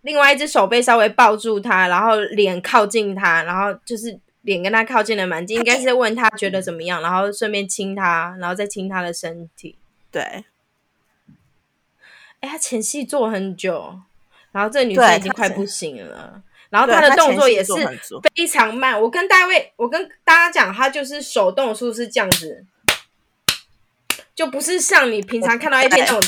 [SPEAKER 1] 另外一只手被稍微抱住他，然后脸靠近他，然后就是脸跟他靠近的蛮近，应该是在问他觉得怎么样，然后顺便亲他，然后再亲他的身体。
[SPEAKER 2] 对
[SPEAKER 1] 哎，他前戏做很久，然后这女生
[SPEAKER 2] 对
[SPEAKER 1] 已经
[SPEAKER 2] 他
[SPEAKER 1] 快
[SPEAKER 2] 前
[SPEAKER 1] 不行了，然后
[SPEAKER 2] 对
[SPEAKER 1] 她的
[SPEAKER 2] 他
[SPEAKER 1] 动
[SPEAKER 2] 前
[SPEAKER 1] 作
[SPEAKER 2] 戏
[SPEAKER 1] 也是
[SPEAKER 2] 做很足
[SPEAKER 1] 非常慢。我跟大卫，我跟大家讲，他就是手动速是这样子，就不是像你平常看到 A 片那种，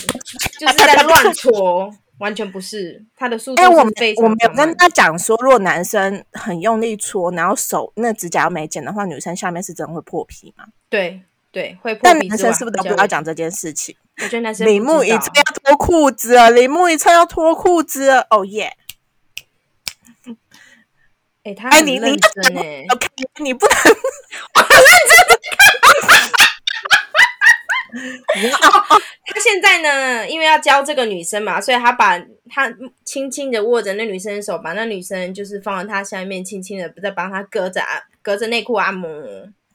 [SPEAKER 1] 就是在乱戳，完全不是。它的速度
[SPEAKER 2] 哎、我们
[SPEAKER 1] 是非常
[SPEAKER 2] 我们有
[SPEAKER 1] 缓慢
[SPEAKER 2] 跟他讲说，如果男生很用力戳，然后手那指甲没剪的话，女生下面是真的会破皮嘛？
[SPEAKER 1] 对对会破
[SPEAKER 2] 但
[SPEAKER 1] 皮
[SPEAKER 2] 男
[SPEAKER 1] 之
[SPEAKER 2] 生
[SPEAKER 1] 外
[SPEAKER 2] 是不是都
[SPEAKER 1] 比
[SPEAKER 2] 不
[SPEAKER 1] 较
[SPEAKER 2] 要？讲这件事情？
[SPEAKER 1] 我觉得男生
[SPEAKER 2] 铃
[SPEAKER 1] 不
[SPEAKER 2] 木
[SPEAKER 1] 知
[SPEAKER 2] 一
[SPEAKER 1] 道
[SPEAKER 2] 侧要脱裤子了，铃木一侧要脱裤子了，哦耶！
[SPEAKER 1] 哎，他
[SPEAKER 2] 哎，
[SPEAKER 1] 很
[SPEAKER 2] 你你
[SPEAKER 1] 认
[SPEAKER 2] 要
[SPEAKER 1] 真哎，
[SPEAKER 2] OK，你不能，
[SPEAKER 1] 他现在呢，因为要教这个女生嘛，所以他把他轻轻的握着那女生的手，把那女生就是放在他下面，轻轻的在帮她隔着按隔着内裤啊按摩。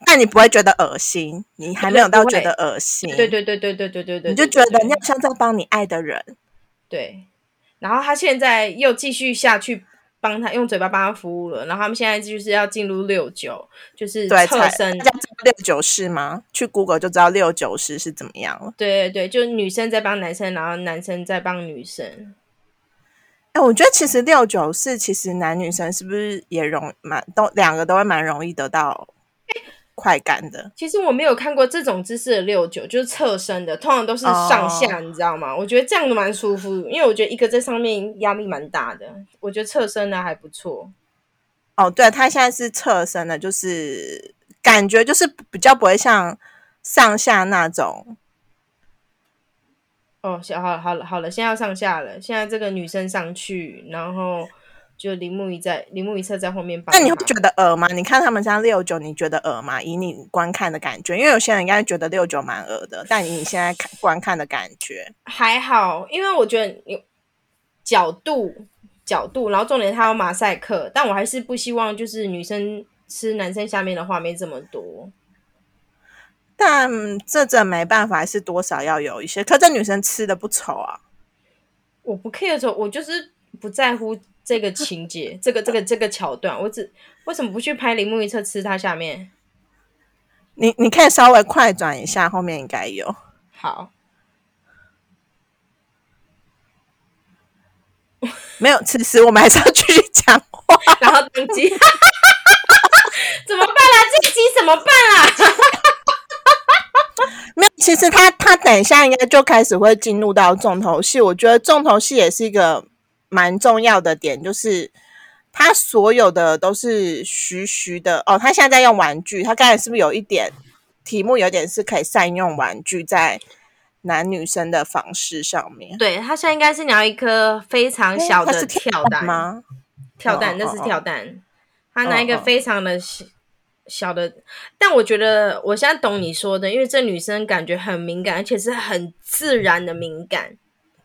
[SPEAKER 2] 但你不会觉得恶心，你还没有到觉得恶心，
[SPEAKER 1] 对对对对对对对对，
[SPEAKER 2] 你就
[SPEAKER 1] 对
[SPEAKER 2] 觉得
[SPEAKER 1] 对
[SPEAKER 2] 你好像在帮你爱的人，
[SPEAKER 1] 对，然后他现在又继续下去帮他用嘴巴帮他服务了，然后他们现在就是要进入六九，就是
[SPEAKER 2] 对，
[SPEAKER 1] 侧
[SPEAKER 2] 才
[SPEAKER 1] 身，
[SPEAKER 2] 大家知道六九式吗？去 Google 就知道六九式是怎么样了。
[SPEAKER 1] 对对对，就是女生在帮男生，然后男生在帮女生。
[SPEAKER 2] 哎，我觉得其实六九式其实男女生是不是也容蛮都两个都会蛮容易得到快感的？
[SPEAKER 1] 其实我没有看过这种姿势的六九，就是侧身的，通常都是上
[SPEAKER 2] 哦
[SPEAKER 1] 下你知道吗？我觉得这样的蛮舒服，因为我觉得一个在上面压力蛮大的，我觉得侧身的还不错。
[SPEAKER 2] 哦，对，他现在是侧身的，就是感觉就是比较不会像上下那种。
[SPEAKER 1] 哦，行，好了，好了，好了，现在要上下了。现在这个女生上去，然后就铃木一在铃木一侧在后面帮
[SPEAKER 2] 那
[SPEAKER 1] 她。
[SPEAKER 2] 你会觉得恶吗？你看他们像六九，你觉得恶吗？以你观看的感觉，因为有些人应该觉得六九蛮恶的，但以你现在看观看的感觉，
[SPEAKER 1] 还好，因为我觉得你角度角度，然后重点他有马赛克，但我还是不希望就是女生吃男生下面的画面这么多。
[SPEAKER 2] 但这这没办法，还是多少要有一些。可这女生吃的不丑啊，
[SPEAKER 1] 我不 care 说，我就是不在乎这个情节，这个这个这个桥段，我只为什么不去拍铃木一侧吃他下面？
[SPEAKER 2] 你你可以稍微快转一下，后面应该有。
[SPEAKER 1] 好，
[SPEAKER 2] 没有，其实我们还是要继续讲话。
[SPEAKER 1] 然后登机， (laughs) 怎么办啦、这一集怎么办啊啦、
[SPEAKER 2] 没有，其实他他等一下应该就开始会进入到重头戏。我觉得重头戏也是一个蛮重要的点，就是他所有的都是徐徐的哦。他现在在用玩具，他刚才是不是有一点题目有点是可以善用玩具在男女生的方式上面？
[SPEAKER 1] 对他现在应该是拿一颗非常小
[SPEAKER 2] 哎诶它
[SPEAKER 1] 的
[SPEAKER 2] 是
[SPEAKER 1] 跳
[SPEAKER 2] 蛋
[SPEAKER 1] 蛋？
[SPEAKER 2] 吗？
[SPEAKER 1] 跳蛋，
[SPEAKER 2] 哦
[SPEAKER 1] 那
[SPEAKER 2] 哦
[SPEAKER 1] 是
[SPEAKER 2] 哦
[SPEAKER 1] 跳蛋。他拿一
[SPEAKER 2] 哦
[SPEAKER 1] 个
[SPEAKER 2] 哦
[SPEAKER 1] 非常的小小的，但我觉得我现在懂你说的，因为这女生感觉很敏感，而且是很自然的敏感。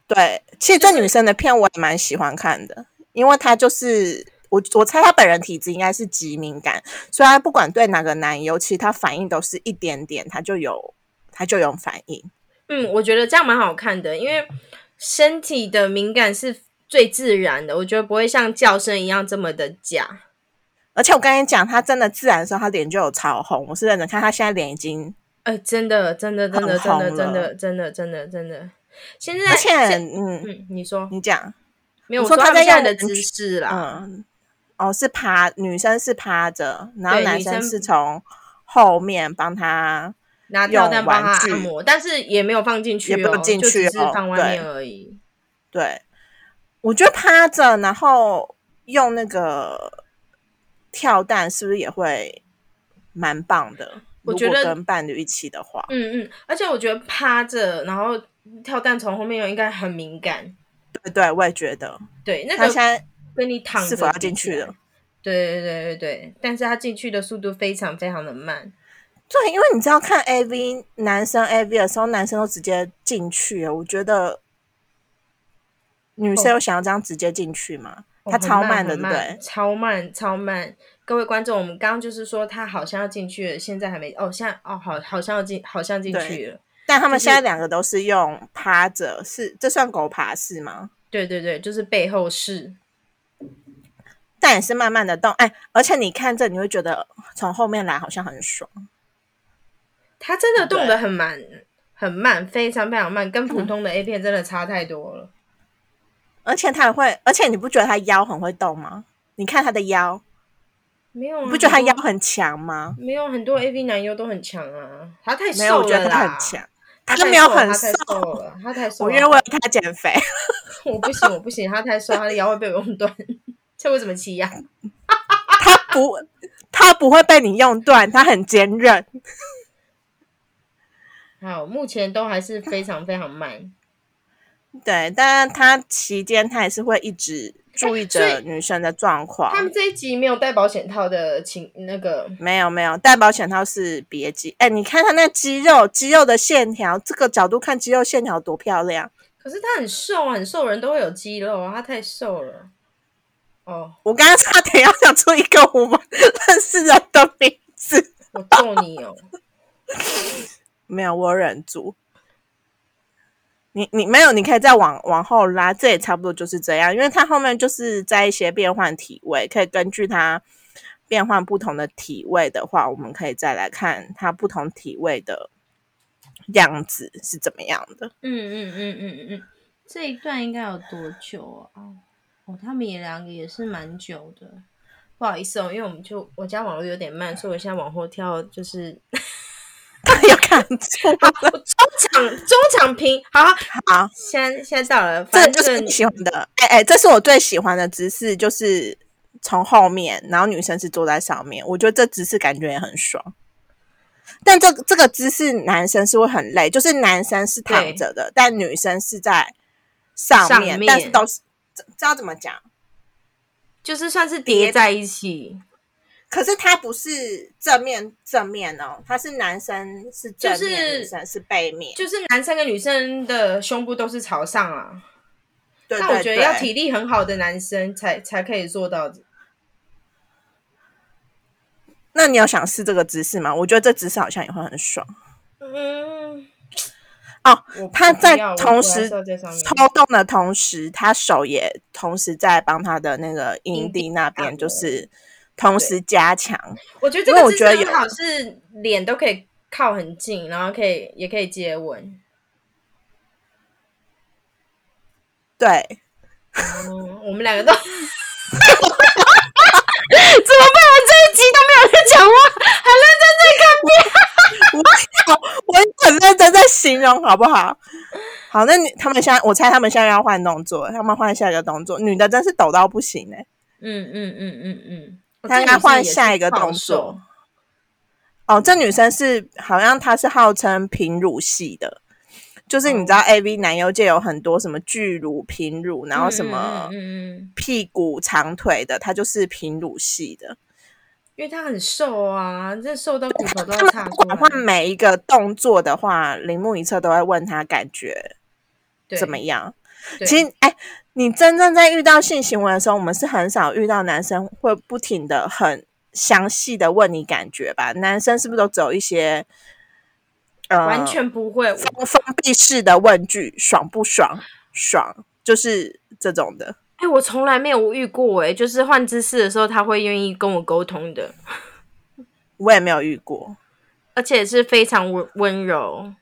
[SPEAKER 2] 对，其实这女生的片我也蛮喜欢看的，因为她就是我，我猜她本人体质应该是极敏感，所以她不管对哪个男优，其实她反应都是一点点，她就有她就有反应。
[SPEAKER 1] 嗯，我觉得这样蛮好看的，因为身体的敏感是最自然的，我觉得不会像叫声一样这么的假。
[SPEAKER 2] 而且我跟你讲，她真的自然的时候，她脸就有潮红。我是认真看，她现在脸已经，
[SPEAKER 1] 呃，真的，真的，真的，
[SPEAKER 2] 很
[SPEAKER 1] 真
[SPEAKER 2] 红
[SPEAKER 1] 的，真的，
[SPEAKER 2] 了
[SPEAKER 1] 真的，真的，真的，现在，
[SPEAKER 2] 而且
[SPEAKER 1] 现
[SPEAKER 2] 嗯，
[SPEAKER 1] 嗯，你说
[SPEAKER 2] 你讲，
[SPEAKER 1] 没有？
[SPEAKER 2] 你
[SPEAKER 1] 我
[SPEAKER 2] 说
[SPEAKER 1] 说
[SPEAKER 2] 他
[SPEAKER 1] 他们
[SPEAKER 2] 在
[SPEAKER 1] 现在
[SPEAKER 2] 用
[SPEAKER 1] 的姿
[SPEAKER 2] 文具
[SPEAKER 1] 势啦，
[SPEAKER 2] 嗯，哦，是趴，女生是趴着，然后
[SPEAKER 1] 对
[SPEAKER 2] 男
[SPEAKER 1] 女
[SPEAKER 2] 生
[SPEAKER 1] 生
[SPEAKER 2] 是从后面帮她。
[SPEAKER 1] 拿跳蛋
[SPEAKER 2] 用
[SPEAKER 1] 帮
[SPEAKER 2] 玩
[SPEAKER 1] 他
[SPEAKER 2] 具
[SPEAKER 1] 按摩，但是也没有放进去、哦，
[SPEAKER 2] 也不进去
[SPEAKER 1] 就只是
[SPEAKER 2] 哦
[SPEAKER 1] 放外面而已。
[SPEAKER 2] 对，我觉得趴着，然后用那个跳蛋，是不是也会蛮棒的？
[SPEAKER 1] 我
[SPEAKER 2] 如
[SPEAKER 1] 觉
[SPEAKER 2] 果
[SPEAKER 1] 得
[SPEAKER 2] 跟伴侣一起的话，
[SPEAKER 1] 嗯嗯，而且我觉得趴着，然后跳蛋从后面有应该很敏感。
[SPEAKER 2] 对对，我也觉得。
[SPEAKER 1] 对，那
[SPEAKER 2] 他
[SPEAKER 1] 个
[SPEAKER 2] 现在
[SPEAKER 1] 跟你躺着
[SPEAKER 2] 是否要
[SPEAKER 1] 比
[SPEAKER 2] 进
[SPEAKER 1] 起
[SPEAKER 2] 去
[SPEAKER 1] 来
[SPEAKER 2] 了？
[SPEAKER 1] 对对对对对，但是他进去的速度非常非常的慢。
[SPEAKER 2] 对，因为你知道看 A V 男生 A V 的时候，男生都直接进去了，我觉得女生
[SPEAKER 1] 哦
[SPEAKER 2] 有想要这样直接进去吗？
[SPEAKER 1] 哦
[SPEAKER 2] 他
[SPEAKER 1] 很
[SPEAKER 2] 超
[SPEAKER 1] 慢
[SPEAKER 2] 慢的，
[SPEAKER 1] 很
[SPEAKER 2] 对不对？
[SPEAKER 1] 超慢，超慢。各位观众，我们刚刚就是说他好像要进去了，现在还没哦，现在哦，好，好像要进，好像进
[SPEAKER 2] 对
[SPEAKER 1] 去了。
[SPEAKER 2] 但他们
[SPEAKER 1] 就
[SPEAKER 2] 现在
[SPEAKER 1] 是
[SPEAKER 2] 两个都是用趴着，是这算狗爬式吗？
[SPEAKER 1] 对对对，就是背后式。
[SPEAKER 2] 但也是慢慢的动，哎，而且你看这，你会觉得从后面来好像很爽，
[SPEAKER 1] 它真的动
[SPEAKER 2] 对嗯
[SPEAKER 1] 得很慢，很慢，非常非常慢，跟普通的 A 片真的差太多了。
[SPEAKER 2] 而且他也会，而且你不觉得他腰很会动吗？你看他的腰，
[SPEAKER 1] 没有、啊，
[SPEAKER 2] 你不觉得他
[SPEAKER 1] 很多
[SPEAKER 2] 腰很强吗？
[SPEAKER 1] 没有很多 A V 男优都很强啊，他太
[SPEAKER 2] 没有，
[SPEAKER 1] 瘦
[SPEAKER 2] 我觉
[SPEAKER 1] 了
[SPEAKER 2] 得他
[SPEAKER 1] 啦，
[SPEAKER 2] 很强，
[SPEAKER 1] 他
[SPEAKER 2] 他
[SPEAKER 1] 太
[SPEAKER 2] 没有
[SPEAKER 1] 瘦了
[SPEAKER 2] 很
[SPEAKER 1] 他太
[SPEAKER 2] 瘦
[SPEAKER 1] 瘦了，他太瘦
[SPEAKER 2] 我
[SPEAKER 1] 了。
[SPEAKER 2] 因为为了他减肥，
[SPEAKER 1] 我不行，我不行，他太瘦，他的腰会被我用断。这我怎么骑呀、
[SPEAKER 2] 他不他不会被你用断，他很坚韧。
[SPEAKER 1] 好，目前都还是非常非常慢。
[SPEAKER 2] 对，但他期间他也是会一直注意
[SPEAKER 1] 哎所
[SPEAKER 2] 着
[SPEAKER 1] 以
[SPEAKER 2] 女生的状况。
[SPEAKER 1] 他们这一集没有戴保险套的情那个，
[SPEAKER 2] 没有没有，戴保险套是别肌。哎，你看他那肌肉，肌肉的线条，这个角度看肌肉线条多漂亮。
[SPEAKER 1] 可是他很瘦啊，很瘦的人都会有肌肉啊，他太瘦了。哦，
[SPEAKER 2] 我刚刚差点要讲出一个我们认识人的名字，
[SPEAKER 1] 我揍你哦！
[SPEAKER 2] 没有，我忍住。你你没有，你可以再往往后拉，这也差不多就是这样，因为它后面就是在一些变换体位，可以根据它变换不同的体位的话，我们可以再来看它不同体位的样子是怎么样的。 (laughs)
[SPEAKER 1] 嗯嗯嗯嗯嗯嗯，这一段应该有多久啊？哦，他们也两个也是蛮久的。不好意思哦，因为我们就我家网络有点慢，所以我现在往后跳，
[SPEAKER 2] (laughs)
[SPEAKER 1] 就是
[SPEAKER 2] 有感触
[SPEAKER 1] 我中场中场评好，
[SPEAKER 2] 好，
[SPEAKER 1] 现在现在到了，
[SPEAKER 2] 这
[SPEAKER 1] 反
[SPEAKER 2] 就
[SPEAKER 1] 正
[SPEAKER 2] 是
[SPEAKER 1] 这
[SPEAKER 2] 你
[SPEAKER 1] 个
[SPEAKER 2] 喜欢的。哎哎，这是我最喜欢的姿势，就是从后面，然后女生是坐在上面。我觉得这姿势感觉也很爽。但这这个姿势男生是会很累，就是男生是躺着的，但女生是在上
[SPEAKER 1] 上
[SPEAKER 2] 面，
[SPEAKER 1] 面
[SPEAKER 2] 但是都是这这要怎么讲？
[SPEAKER 1] 就是算
[SPEAKER 2] (laughs)
[SPEAKER 1] 是叠在一起，
[SPEAKER 2] 可是他不是正面正面哦，他是男生是正面，
[SPEAKER 1] 就是
[SPEAKER 2] 女生是背面。
[SPEAKER 1] 就是男生跟女生的胸部都是朝上啊。
[SPEAKER 2] 对
[SPEAKER 1] 但我
[SPEAKER 2] 对
[SPEAKER 1] 觉
[SPEAKER 2] 对，
[SPEAKER 1] 得要体力很好的男生才才可以做到。
[SPEAKER 2] 那你有想试这个姿势吗？我觉得这姿势好像也会很爽。
[SPEAKER 1] 嗯，
[SPEAKER 2] 哦
[SPEAKER 1] 我
[SPEAKER 2] 他
[SPEAKER 1] 我不
[SPEAKER 2] 在
[SPEAKER 1] 要我
[SPEAKER 2] 同
[SPEAKER 1] 我还
[SPEAKER 2] 时
[SPEAKER 1] 是要在上面
[SPEAKER 2] 抽动的同时，他手也同时在帮他的那个营地那
[SPEAKER 1] 按
[SPEAKER 2] 边，
[SPEAKER 1] 摩
[SPEAKER 2] 就是同时加强。
[SPEAKER 1] 我觉得这
[SPEAKER 2] 因为
[SPEAKER 1] 个
[SPEAKER 2] 我
[SPEAKER 1] 姿
[SPEAKER 2] 觉得
[SPEAKER 1] 势很
[SPEAKER 2] 有
[SPEAKER 1] 好，是脸都可以靠很近，然后可以也可以接吻。
[SPEAKER 2] 对，
[SPEAKER 1] 嗯，我们两个
[SPEAKER 2] (laughs)
[SPEAKER 1] 都。怎么办？我这一集都没有在讲话，还认真在看。
[SPEAKER 2] 我我很认真在形容，好不好？好，那你他们现在，我猜他们现在要换动作，他们换下一个动作。女的真是抖到不行哎、
[SPEAKER 1] 嗯嗯嗯嗯嗯，我
[SPEAKER 2] 他
[SPEAKER 1] 这
[SPEAKER 2] 应该
[SPEAKER 1] 女生
[SPEAKER 2] 换
[SPEAKER 1] 也是
[SPEAKER 2] 下一个
[SPEAKER 1] 暴
[SPEAKER 2] 动
[SPEAKER 1] 瘦
[SPEAKER 2] 作。哦，这女生是好像她是号称平乳系的，就是你知
[SPEAKER 1] 哦
[SPEAKER 2] 道 A V 男优界有很多什么巨乳、平乳，然后什么
[SPEAKER 1] 嗯嗯嗯嗯嗯，
[SPEAKER 2] 屁股、长腿的，她就是平乳系的。
[SPEAKER 1] 因为他很瘦啊，这瘦到骨头都
[SPEAKER 2] 他
[SPEAKER 1] 要
[SPEAKER 2] 们
[SPEAKER 1] 岔
[SPEAKER 2] 不
[SPEAKER 1] 出
[SPEAKER 2] 管换
[SPEAKER 1] 来。
[SPEAKER 2] 每一个动作的话，铃木一侧都会问他感觉
[SPEAKER 1] 对，
[SPEAKER 2] 怎么样。
[SPEAKER 1] 对？
[SPEAKER 2] 其实，哎，你真正在遇到性行为的时候，我们是很少遇到男生会不停的很详细的问你感觉吧？男生是不是都只有一些呃
[SPEAKER 1] 完全不会。我
[SPEAKER 2] 封封闭式的问句，爽不爽？爽就是这种的。
[SPEAKER 1] 哎、我从来没有遇过哎、就是换姿势的时候他会愿意跟我沟通的，
[SPEAKER 2] 我也没有遇过
[SPEAKER 1] 而且是非常温温柔。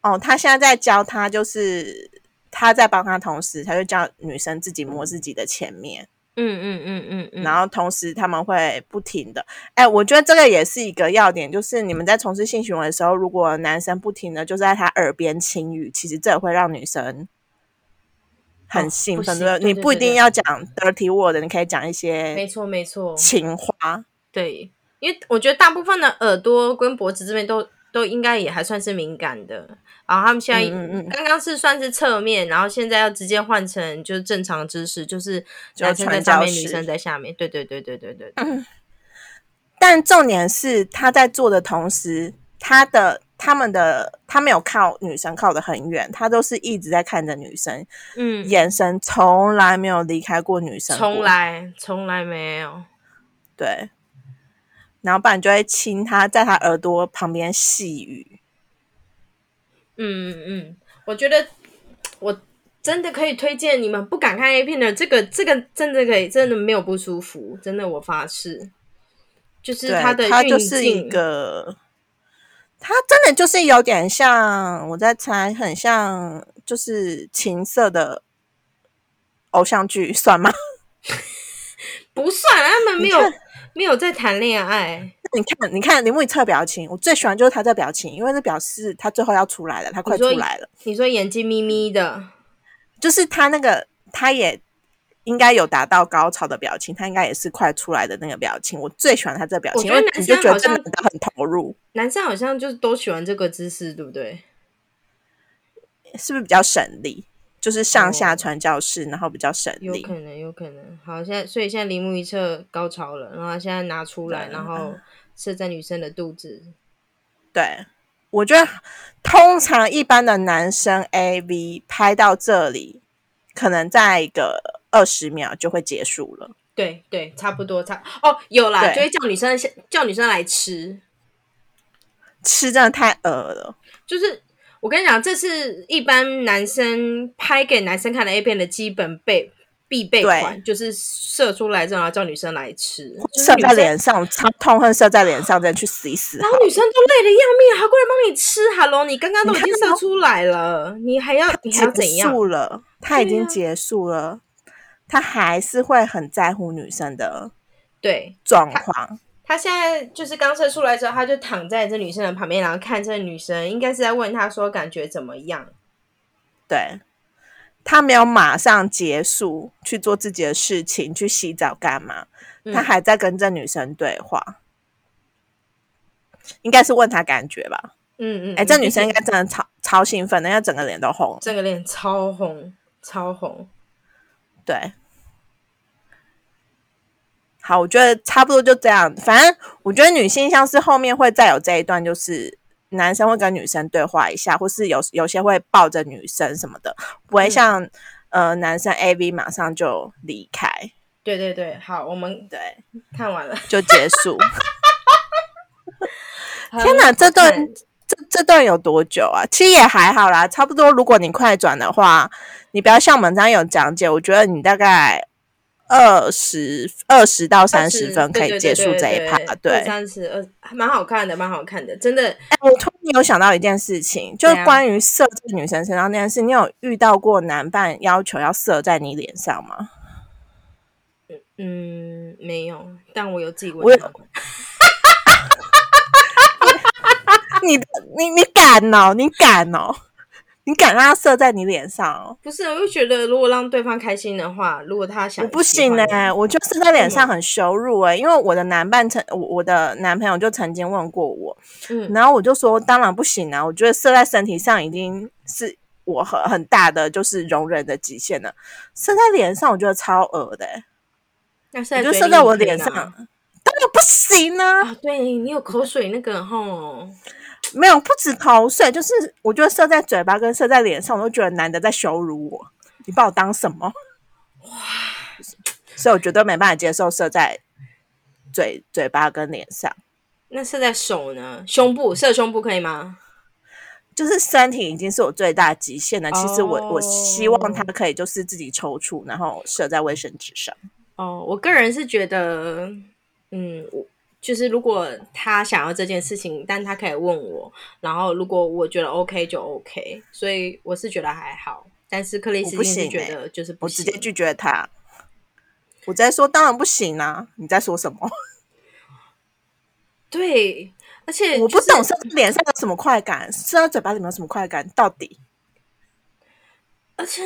[SPEAKER 2] 哦。他现在在教他，就是他在帮他，同时他就教女生自己摸自己的前面。
[SPEAKER 1] 嗯嗯嗯嗯嗯，
[SPEAKER 2] 然后同时他们会不停的，哎，我觉得这个也是一个要点，就是你们在从事性行为的时候，如果男生不停的就在他耳边轻语，其实这也会让女生
[SPEAKER 1] 哦
[SPEAKER 2] 很兴奋，
[SPEAKER 1] 不行
[SPEAKER 2] 对
[SPEAKER 1] 对
[SPEAKER 2] 不对？你
[SPEAKER 1] 对
[SPEAKER 2] 不一
[SPEAKER 1] 对
[SPEAKER 2] 定
[SPEAKER 1] 对
[SPEAKER 2] 要讲 dirty word，你可以讲一
[SPEAKER 1] 没
[SPEAKER 2] 些
[SPEAKER 1] 错没错，
[SPEAKER 2] 情话。
[SPEAKER 1] 对，因为我觉得大部分的耳朵跟脖子这边都都应该也还算是敏感的，然后他们现在、
[SPEAKER 2] 嗯嗯嗯
[SPEAKER 1] 刚刚是算是侧面，然后现在要直接换成就是正常姿势，就是
[SPEAKER 2] 就
[SPEAKER 1] 男生在
[SPEAKER 2] 传
[SPEAKER 1] 上
[SPEAKER 2] 教嗯
[SPEAKER 1] 面，女
[SPEAKER 2] 士
[SPEAKER 1] 生在下面。对对对对对对对，
[SPEAKER 2] 但重点是他在做的同时，他的他们的他没有靠女生靠得很远，他都是一直在看着女生，
[SPEAKER 1] 嗯，
[SPEAKER 2] 眼神从来没有离开过女生过，
[SPEAKER 1] 从来从来没有。
[SPEAKER 2] 对，然后不然就会亲他，在他耳朵旁边细语。
[SPEAKER 1] 嗯嗯嗯，我觉得我真的可以推荐你们不敢看 A 片的，这个这个真的可以，真的没有不舒服，真的我发誓，就是
[SPEAKER 2] 对，
[SPEAKER 1] 的
[SPEAKER 2] 他
[SPEAKER 1] 运
[SPEAKER 2] 就是一
[SPEAKER 1] 镜，
[SPEAKER 2] 个，他真的就是有点像，我在猜，很像就是情色的偶像剧，算吗？ (laughs)
[SPEAKER 1] 不算，他们没有
[SPEAKER 2] 你看
[SPEAKER 1] 没有在谈恋爱，
[SPEAKER 2] 你看，你看铃木一侧表情，我最喜欢就是他这表情，因为那表示他最后要出来了，他快
[SPEAKER 1] 你
[SPEAKER 2] 出
[SPEAKER 1] 说
[SPEAKER 2] 来了。
[SPEAKER 1] 你说眼睛眯眯的，
[SPEAKER 2] 就是他那个，他也应该有达到高潮的表情，他应该也是快出来的那个表情。我最喜欢他这表情，
[SPEAKER 1] 我觉
[SPEAKER 2] 因
[SPEAKER 1] 得
[SPEAKER 2] 为
[SPEAKER 1] 男
[SPEAKER 2] 你就
[SPEAKER 1] 生
[SPEAKER 2] 觉
[SPEAKER 1] 好
[SPEAKER 2] 得这
[SPEAKER 1] 像
[SPEAKER 2] 男的很投入，
[SPEAKER 1] 男生好像就是都喜欢这个姿势，对不对？
[SPEAKER 2] 是不是比较省力？就是上
[SPEAKER 1] 哦
[SPEAKER 2] 下传教士，然后比较省
[SPEAKER 1] 有
[SPEAKER 2] 力。
[SPEAKER 1] 可能，有可能。好，现在所以现在铃木一侧高潮了，然后他现在拿出来，
[SPEAKER 2] 对
[SPEAKER 1] 然后射在女生的肚子。
[SPEAKER 2] 对，我觉得通常一般的男生 A V 拍到这里，可能在一个二十秒就会结束了。
[SPEAKER 1] 对对，差不多差哦，有啦，
[SPEAKER 2] 对
[SPEAKER 1] 就会叫女生叫女生来吃，
[SPEAKER 2] 吃真的太恶了，
[SPEAKER 1] 就是我跟你讲，这是一般男生拍给男生看的 A 片的基本备必备款，就是射出来之后然后叫女生来吃，就是
[SPEAKER 2] 射
[SPEAKER 1] 女
[SPEAKER 2] 在
[SPEAKER 1] 生
[SPEAKER 2] 脸上，我超痛恨射在脸上，真的去死一死
[SPEAKER 1] 然
[SPEAKER 2] 好
[SPEAKER 1] 后女生都累得要命，啊还过来帮你吃。Hello，你刚刚都已
[SPEAKER 2] 你看哦
[SPEAKER 1] 经射出来了，你还要你还要怎
[SPEAKER 2] 结
[SPEAKER 1] 样？
[SPEAKER 2] 束了，他已
[SPEAKER 1] 对
[SPEAKER 2] 经
[SPEAKER 1] 啊
[SPEAKER 2] 结束了，他还是会很在乎女生的
[SPEAKER 1] 对
[SPEAKER 2] 状况。
[SPEAKER 1] 他现在就是刚射出来之后，他就躺在这女生的旁边，然后看这女生，应该是在问她说感觉怎么样。
[SPEAKER 2] 对，他没有马上结束去做自己的事情，去洗澡干嘛？
[SPEAKER 1] 嗯
[SPEAKER 2] 他还在跟这女生对话，应该是问他感觉吧？
[SPEAKER 1] 嗯嗯，
[SPEAKER 2] 哎、
[SPEAKER 1] 嗯
[SPEAKER 2] 这女生
[SPEAKER 1] 一
[SPEAKER 2] 应
[SPEAKER 1] 定
[SPEAKER 2] 该真的超超兴奋的，因为整个脸都红了。
[SPEAKER 1] 这个脸超红，超红。
[SPEAKER 2] 对。好，我觉得差不多就这样。反正我觉得女性像是后面会再有这一段，就是男生会跟女生对话一下，或是有有些会抱着女生什么的，不会
[SPEAKER 1] 嗯
[SPEAKER 2] 像、呃男生 A V 马上就离开，
[SPEAKER 1] 对对对，好，我们
[SPEAKER 2] 对，
[SPEAKER 1] 看完了。
[SPEAKER 2] 就结束。 (laughs) 天哪，这段
[SPEAKER 1] 看
[SPEAKER 2] 这这段有多久啊？其实也还好啦，差不多。如果你快转的话，你不要像我们这样有讲解，我觉得你大概二十二十到三十分可以结束这一趴。对，哎、
[SPEAKER 1] 三十二，还蛮好看的，蛮好看的，真的。
[SPEAKER 2] 我突然有想到一件事情，就
[SPEAKER 1] 怎
[SPEAKER 2] 是
[SPEAKER 1] 样
[SPEAKER 2] 关于射在女生身上那件事，你有遇到过男伴要求要射在你脸上吗？
[SPEAKER 1] 嗯，没有，但我有自己
[SPEAKER 2] 我
[SPEAKER 1] 问
[SPEAKER 2] 有
[SPEAKER 1] 到。
[SPEAKER 2] 你的你你敢哦，你敢哦，你敢让他射在你脸上哦？
[SPEAKER 1] 不是，我就觉得如果让对方开心的话，如果他想
[SPEAKER 2] 我不行
[SPEAKER 1] 呢、
[SPEAKER 2] 哎、我就是在脸上很羞辱哎、因为我的男伴曾，我我的男朋友就曾经问过我，
[SPEAKER 1] 嗯，
[SPEAKER 2] 然后我就说当然不行啊，我觉得射在身体上已经是我很很大的就是容忍的极限了，射在脸上我觉得超恶的、欸，
[SPEAKER 1] 那现
[SPEAKER 2] 你
[SPEAKER 1] 在
[SPEAKER 2] 就
[SPEAKER 1] 嘴
[SPEAKER 2] 射
[SPEAKER 1] 里
[SPEAKER 2] 在
[SPEAKER 1] 你
[SPEAKER 2] 我
[SPEAKER 1] 可以
[SPEAKER 2] 脸
[SPEAKER 1] 拿
[SPEAKER 2] 上，当然不行啊，
[SPEAKER 1] 啊，对你有口水那个吼，
[SPEAKER 2] 没有不止口水，就是我觉得射在嘴巴跟射在脸上，我都觉得男的在羞辱我，你把我当什么？哇！所以我绝对没办法接受射在嘴嘴巴跟脸上。
[SPEAKER 1] 那射在手呢？胸部射胸部可以吗？
[SPEAKER 2] 就是身体已经是我最大极限了。其实我、我
[SPEAKER 1] 哦
[SPEAKER 2] 希望他可以就是自己抽搐，然后射在卫生纸上。
[SPEAKER 1] 哦，我个人是觉得，嗯，我就是如果他想要这件事情，但他可以问我，然后如果我觉得 OK 就 OK，所以我是觉得还好。但是克里斯
[SPEAKER 2] 我不
[SPEAKER 1] 汀是
[SPEAKER 2] 行
[SPEAKER 1] 觉
[SPEAKER 2] 欸
[SPEAKER 1] 得就是不
[SPEAKER 2] 我直接
[SPEAKER 1] 行
[SPEAKER 2] 拒绝他。我在说，当然不行啊！你在说什么？
[SPEAKER 1] 对，而且、
[SPEAKER 2] 我不懂，射在脸上有什么快感，射在嘴巴里面有什么快感？到底
[SPEAKER 1] 而且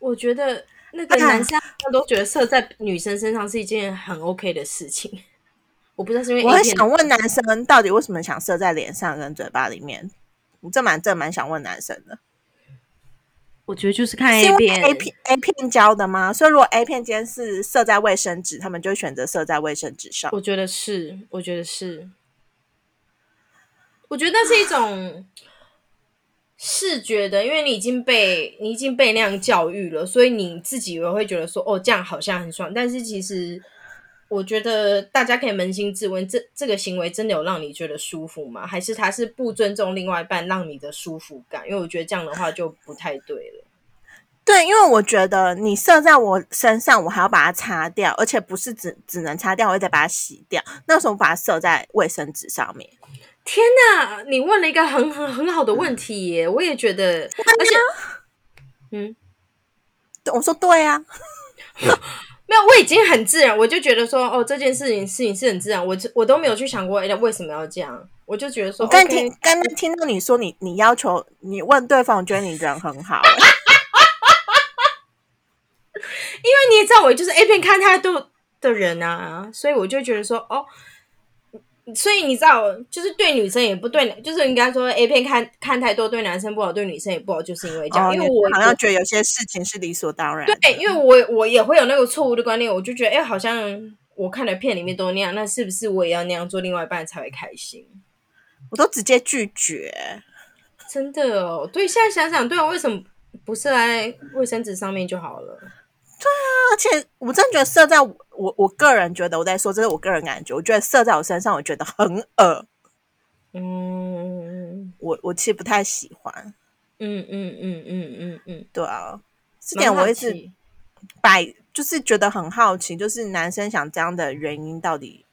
[SPEAKER 1] 我觉得那个
[SPEAKER 2] 啊
[SPEAKER 1] 男生他都觉得射在女生身上是一件很 OK 的事情。 (laughs) 我不知道是因为
[SPEAKER 2] 我
[SPEAKER 1] A
[SPEAKER 2] 很
[SPEAKER 1] 片
[SPEAKER 2] 想问男生，到底为什么想射在脸上跟嘴巴里面？我这蛮这蛮想问男生的，
[SPEAKER 1] 我觉得就是看
[SPEAKER 2] 是因
[SPEAKER 1] A
[SPEAKER 2] 为
[SPEAKER 1] 片
[SPEAKER 2] A 片 A 片教的吗？所以如果 A 片今天是射在卫生纸，他们就会选择射在卫生纸上。
[SPEAKER 1] 我觉得是，我觉得是，我觉得那是一种视觉的，因为你已经被你已经被那样教育了，所以你自己也会觉得说，哦，这样好像很爽。但是其实，我觉得大家可以扪心自问，这这个行为真的有让你觉得舒服吗？还是他是不尊重另外一半让你的舒服感？因为我觉得这样的话就不太对了。
[SPEAKER 2] 对，因为我觉得你射在我身上，我还要把它擦掉，而且不是只只能擦掉，我会再把它洗掉。那为什么把它射在卫生纸上面？
[SPEAKER 1] 天哪，你问了一个很很很好的问题耶！我也觉得，而且，嗯。
[SPEAKER 2] 对我说对啊，
[SPEAKER 1] 没没有，我已经很自然，我就觉得说，哦，这件事情事情是很自然，我就我都没有去想过，哎，为什么要这样？我就觉得说，
[SPEAKER 2] 我刚
[SPEAKER 1] 哦 OK
[SPEAKER 2] 听刚刚听到你说你你要求你问对方，我觉得你人很好、欸
[SPEAKER 1] 因为你也知道，我就是 A 片看太多的人啊，所以我就觉得说，哦，所以你知道，就是对女生也不对，就是应该说 A 片看看太多对男生不好， (laughs) 对女生也不好，就是因为这样，
[SPEAKER 2] 哦，
[SPEAKER 1] 因
[SPEAKER 2] 你
[SPEAKER 1] 为我
[SPEAKER 2] 好像觉得有些事情是理所当然的。
[SPEAKER 1] 对，因为我我也会有那个错误的观念，我就觉得，哎、好像我看的片里面都那样，那是不是我也要那样做，另外一半才会开心？
[SPEAKER 2] 我都直接拒绝。
[SPEAKER 1] 真的哦，对，现在想想，对啊，为什么不是在卫生纸上面就好了？
[SPEAKER 2] 而且我真的觉得射在我我我个人觉得，我在说这是我个人感觉，我觉得射在我身上，我觉得很恶，
[SPEAKER 1] 嗯
[SPEAKER 2] 我我其实不太喜欢。
[SPEAKER 1] 嗯嗯嗯嗯嗯嗯，
[SPEAKER 2] 对啊，这
[SPEAKER 1] 这
[SPEAKER 2] 点我一直百就是觉得很好奇，就是男生想这样的原因到底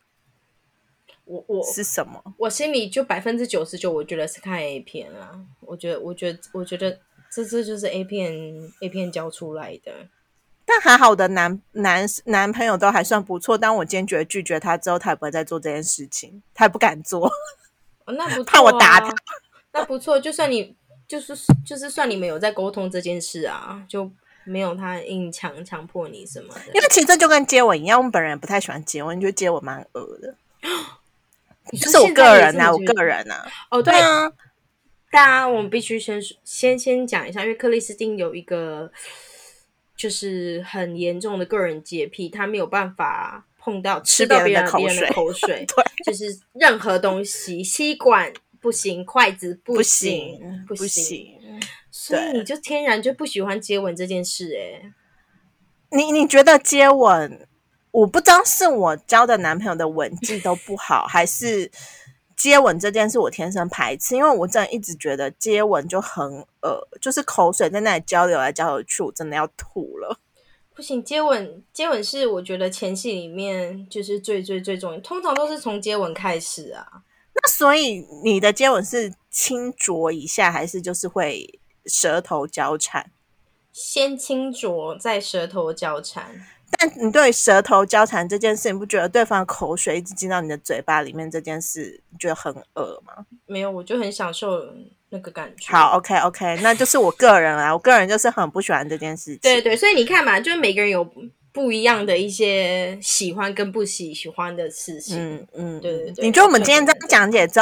[SPEAKER 1] 我我
[SPEAKER 2] 是什么？
[SPEAKER 1] 我心里就百分之九十九，我觉得是看 A 片啊。我觉得，我觉得，我觉得这这就是 A 片 A 片教出来的。
[SPEAKER 2] 但还好我的男男男朋友都还算不错，但我坚决拒绝他之后，他也不会再做这件事情，他也不敢做。 (laughs)
[SPEAKER 1] 哦，那不错、啊，
[SPEAKER 2] 怕我打他，
[SPEAKER 1] 那不错。就算你就是就是算你们有在沟通这件事啊，就没有他硬强强迫你什么
[SPEAKER 2] 因
[SPEAKER 1] 的。
[SPEAKER 2] 为其实这就跟接吻一样，我本人也不太喜欢接吻，就接吻蛮恶的。就是我个人
[SPEAKER 1] 呐、
[SPEAKER 2] 啊，我个人啊，
[SPEAKER 1] 哦，对
[SPEAKER 2] 对，啊，
[SPEAKER 1] 大家我们必须先说先先讲一下，因为克里斯汀有一个就是很严重的个人洁癖，他没有办法碰到吃到别
[SPEAKER 2] 别人
[SPEAKER 1] 人
[SPEAKER 2] 的口
[SPEAKER 1] 别人的
[SPEAKER 2] 水
[SPEAKER 1] 口水， (laughs) 就是任何东西，吸管不行，筷子
[SPEAKER 2] 不
[SPEAKER 1] 行
[SPEAKER 2] 行，，
[SPEAKER 1] 不
[SPEAKER 2] 不，行。
[SPEAKER 1] 所以
[SPEAKER 2] 对
[SPEAKER 1] 你就天然就不喜欢接吻这件事、哎，
[SPEAKER 2] 你你觉得接吻，我不知道是我交的男朋友的吻技都不好，还是接吻这件事我天生排斥？因为我真的一直觉得接吻就很恶，就是口水在那里交流来交流去，我真的要吐了。
[SPEAKER 1] 不行，接吻接吻是我觉得前戏里面就是最最最重要，通常都是从接吻开始啊。
[SPEAKER 2] 那所以你的接吻是轻啄一下，还是就是会舌头交缠？
[SPEAKER 1] 先轻啄，再舌头交缠。
[SPEAKER 2] 但你对舌头交缠这件事，你不觉得对方的口水一直进到你的嘴巴里面这件事，你觉得很恶吗？
[SPEAKER 1] 没有，我就很享受那个感觉。，
[SPEAKER 2] 好，OK OK，那就是我个人啦，我个人就是很不喜欢这件事情。
[SPEAKER 1] 对对，所以你看嘛，就是每个人有不一样的一些喜欢跟不喜喜欢的事情。
[SPEAKER 2] 嗯嗯，嗯
[SPEAKER 1] 对对对
[SPEAKER 2] 你觉得我
[SPEAKER 1] 我
[SPEAKER 2] 们
[SPEAKER 1] 个
[SPEAKER 2] 今天
[SPEAKER 1] 人
[SPEAKER 2] 这
[SPEAKER 1] 觉
[SPEAKER 2] 样讲解之后，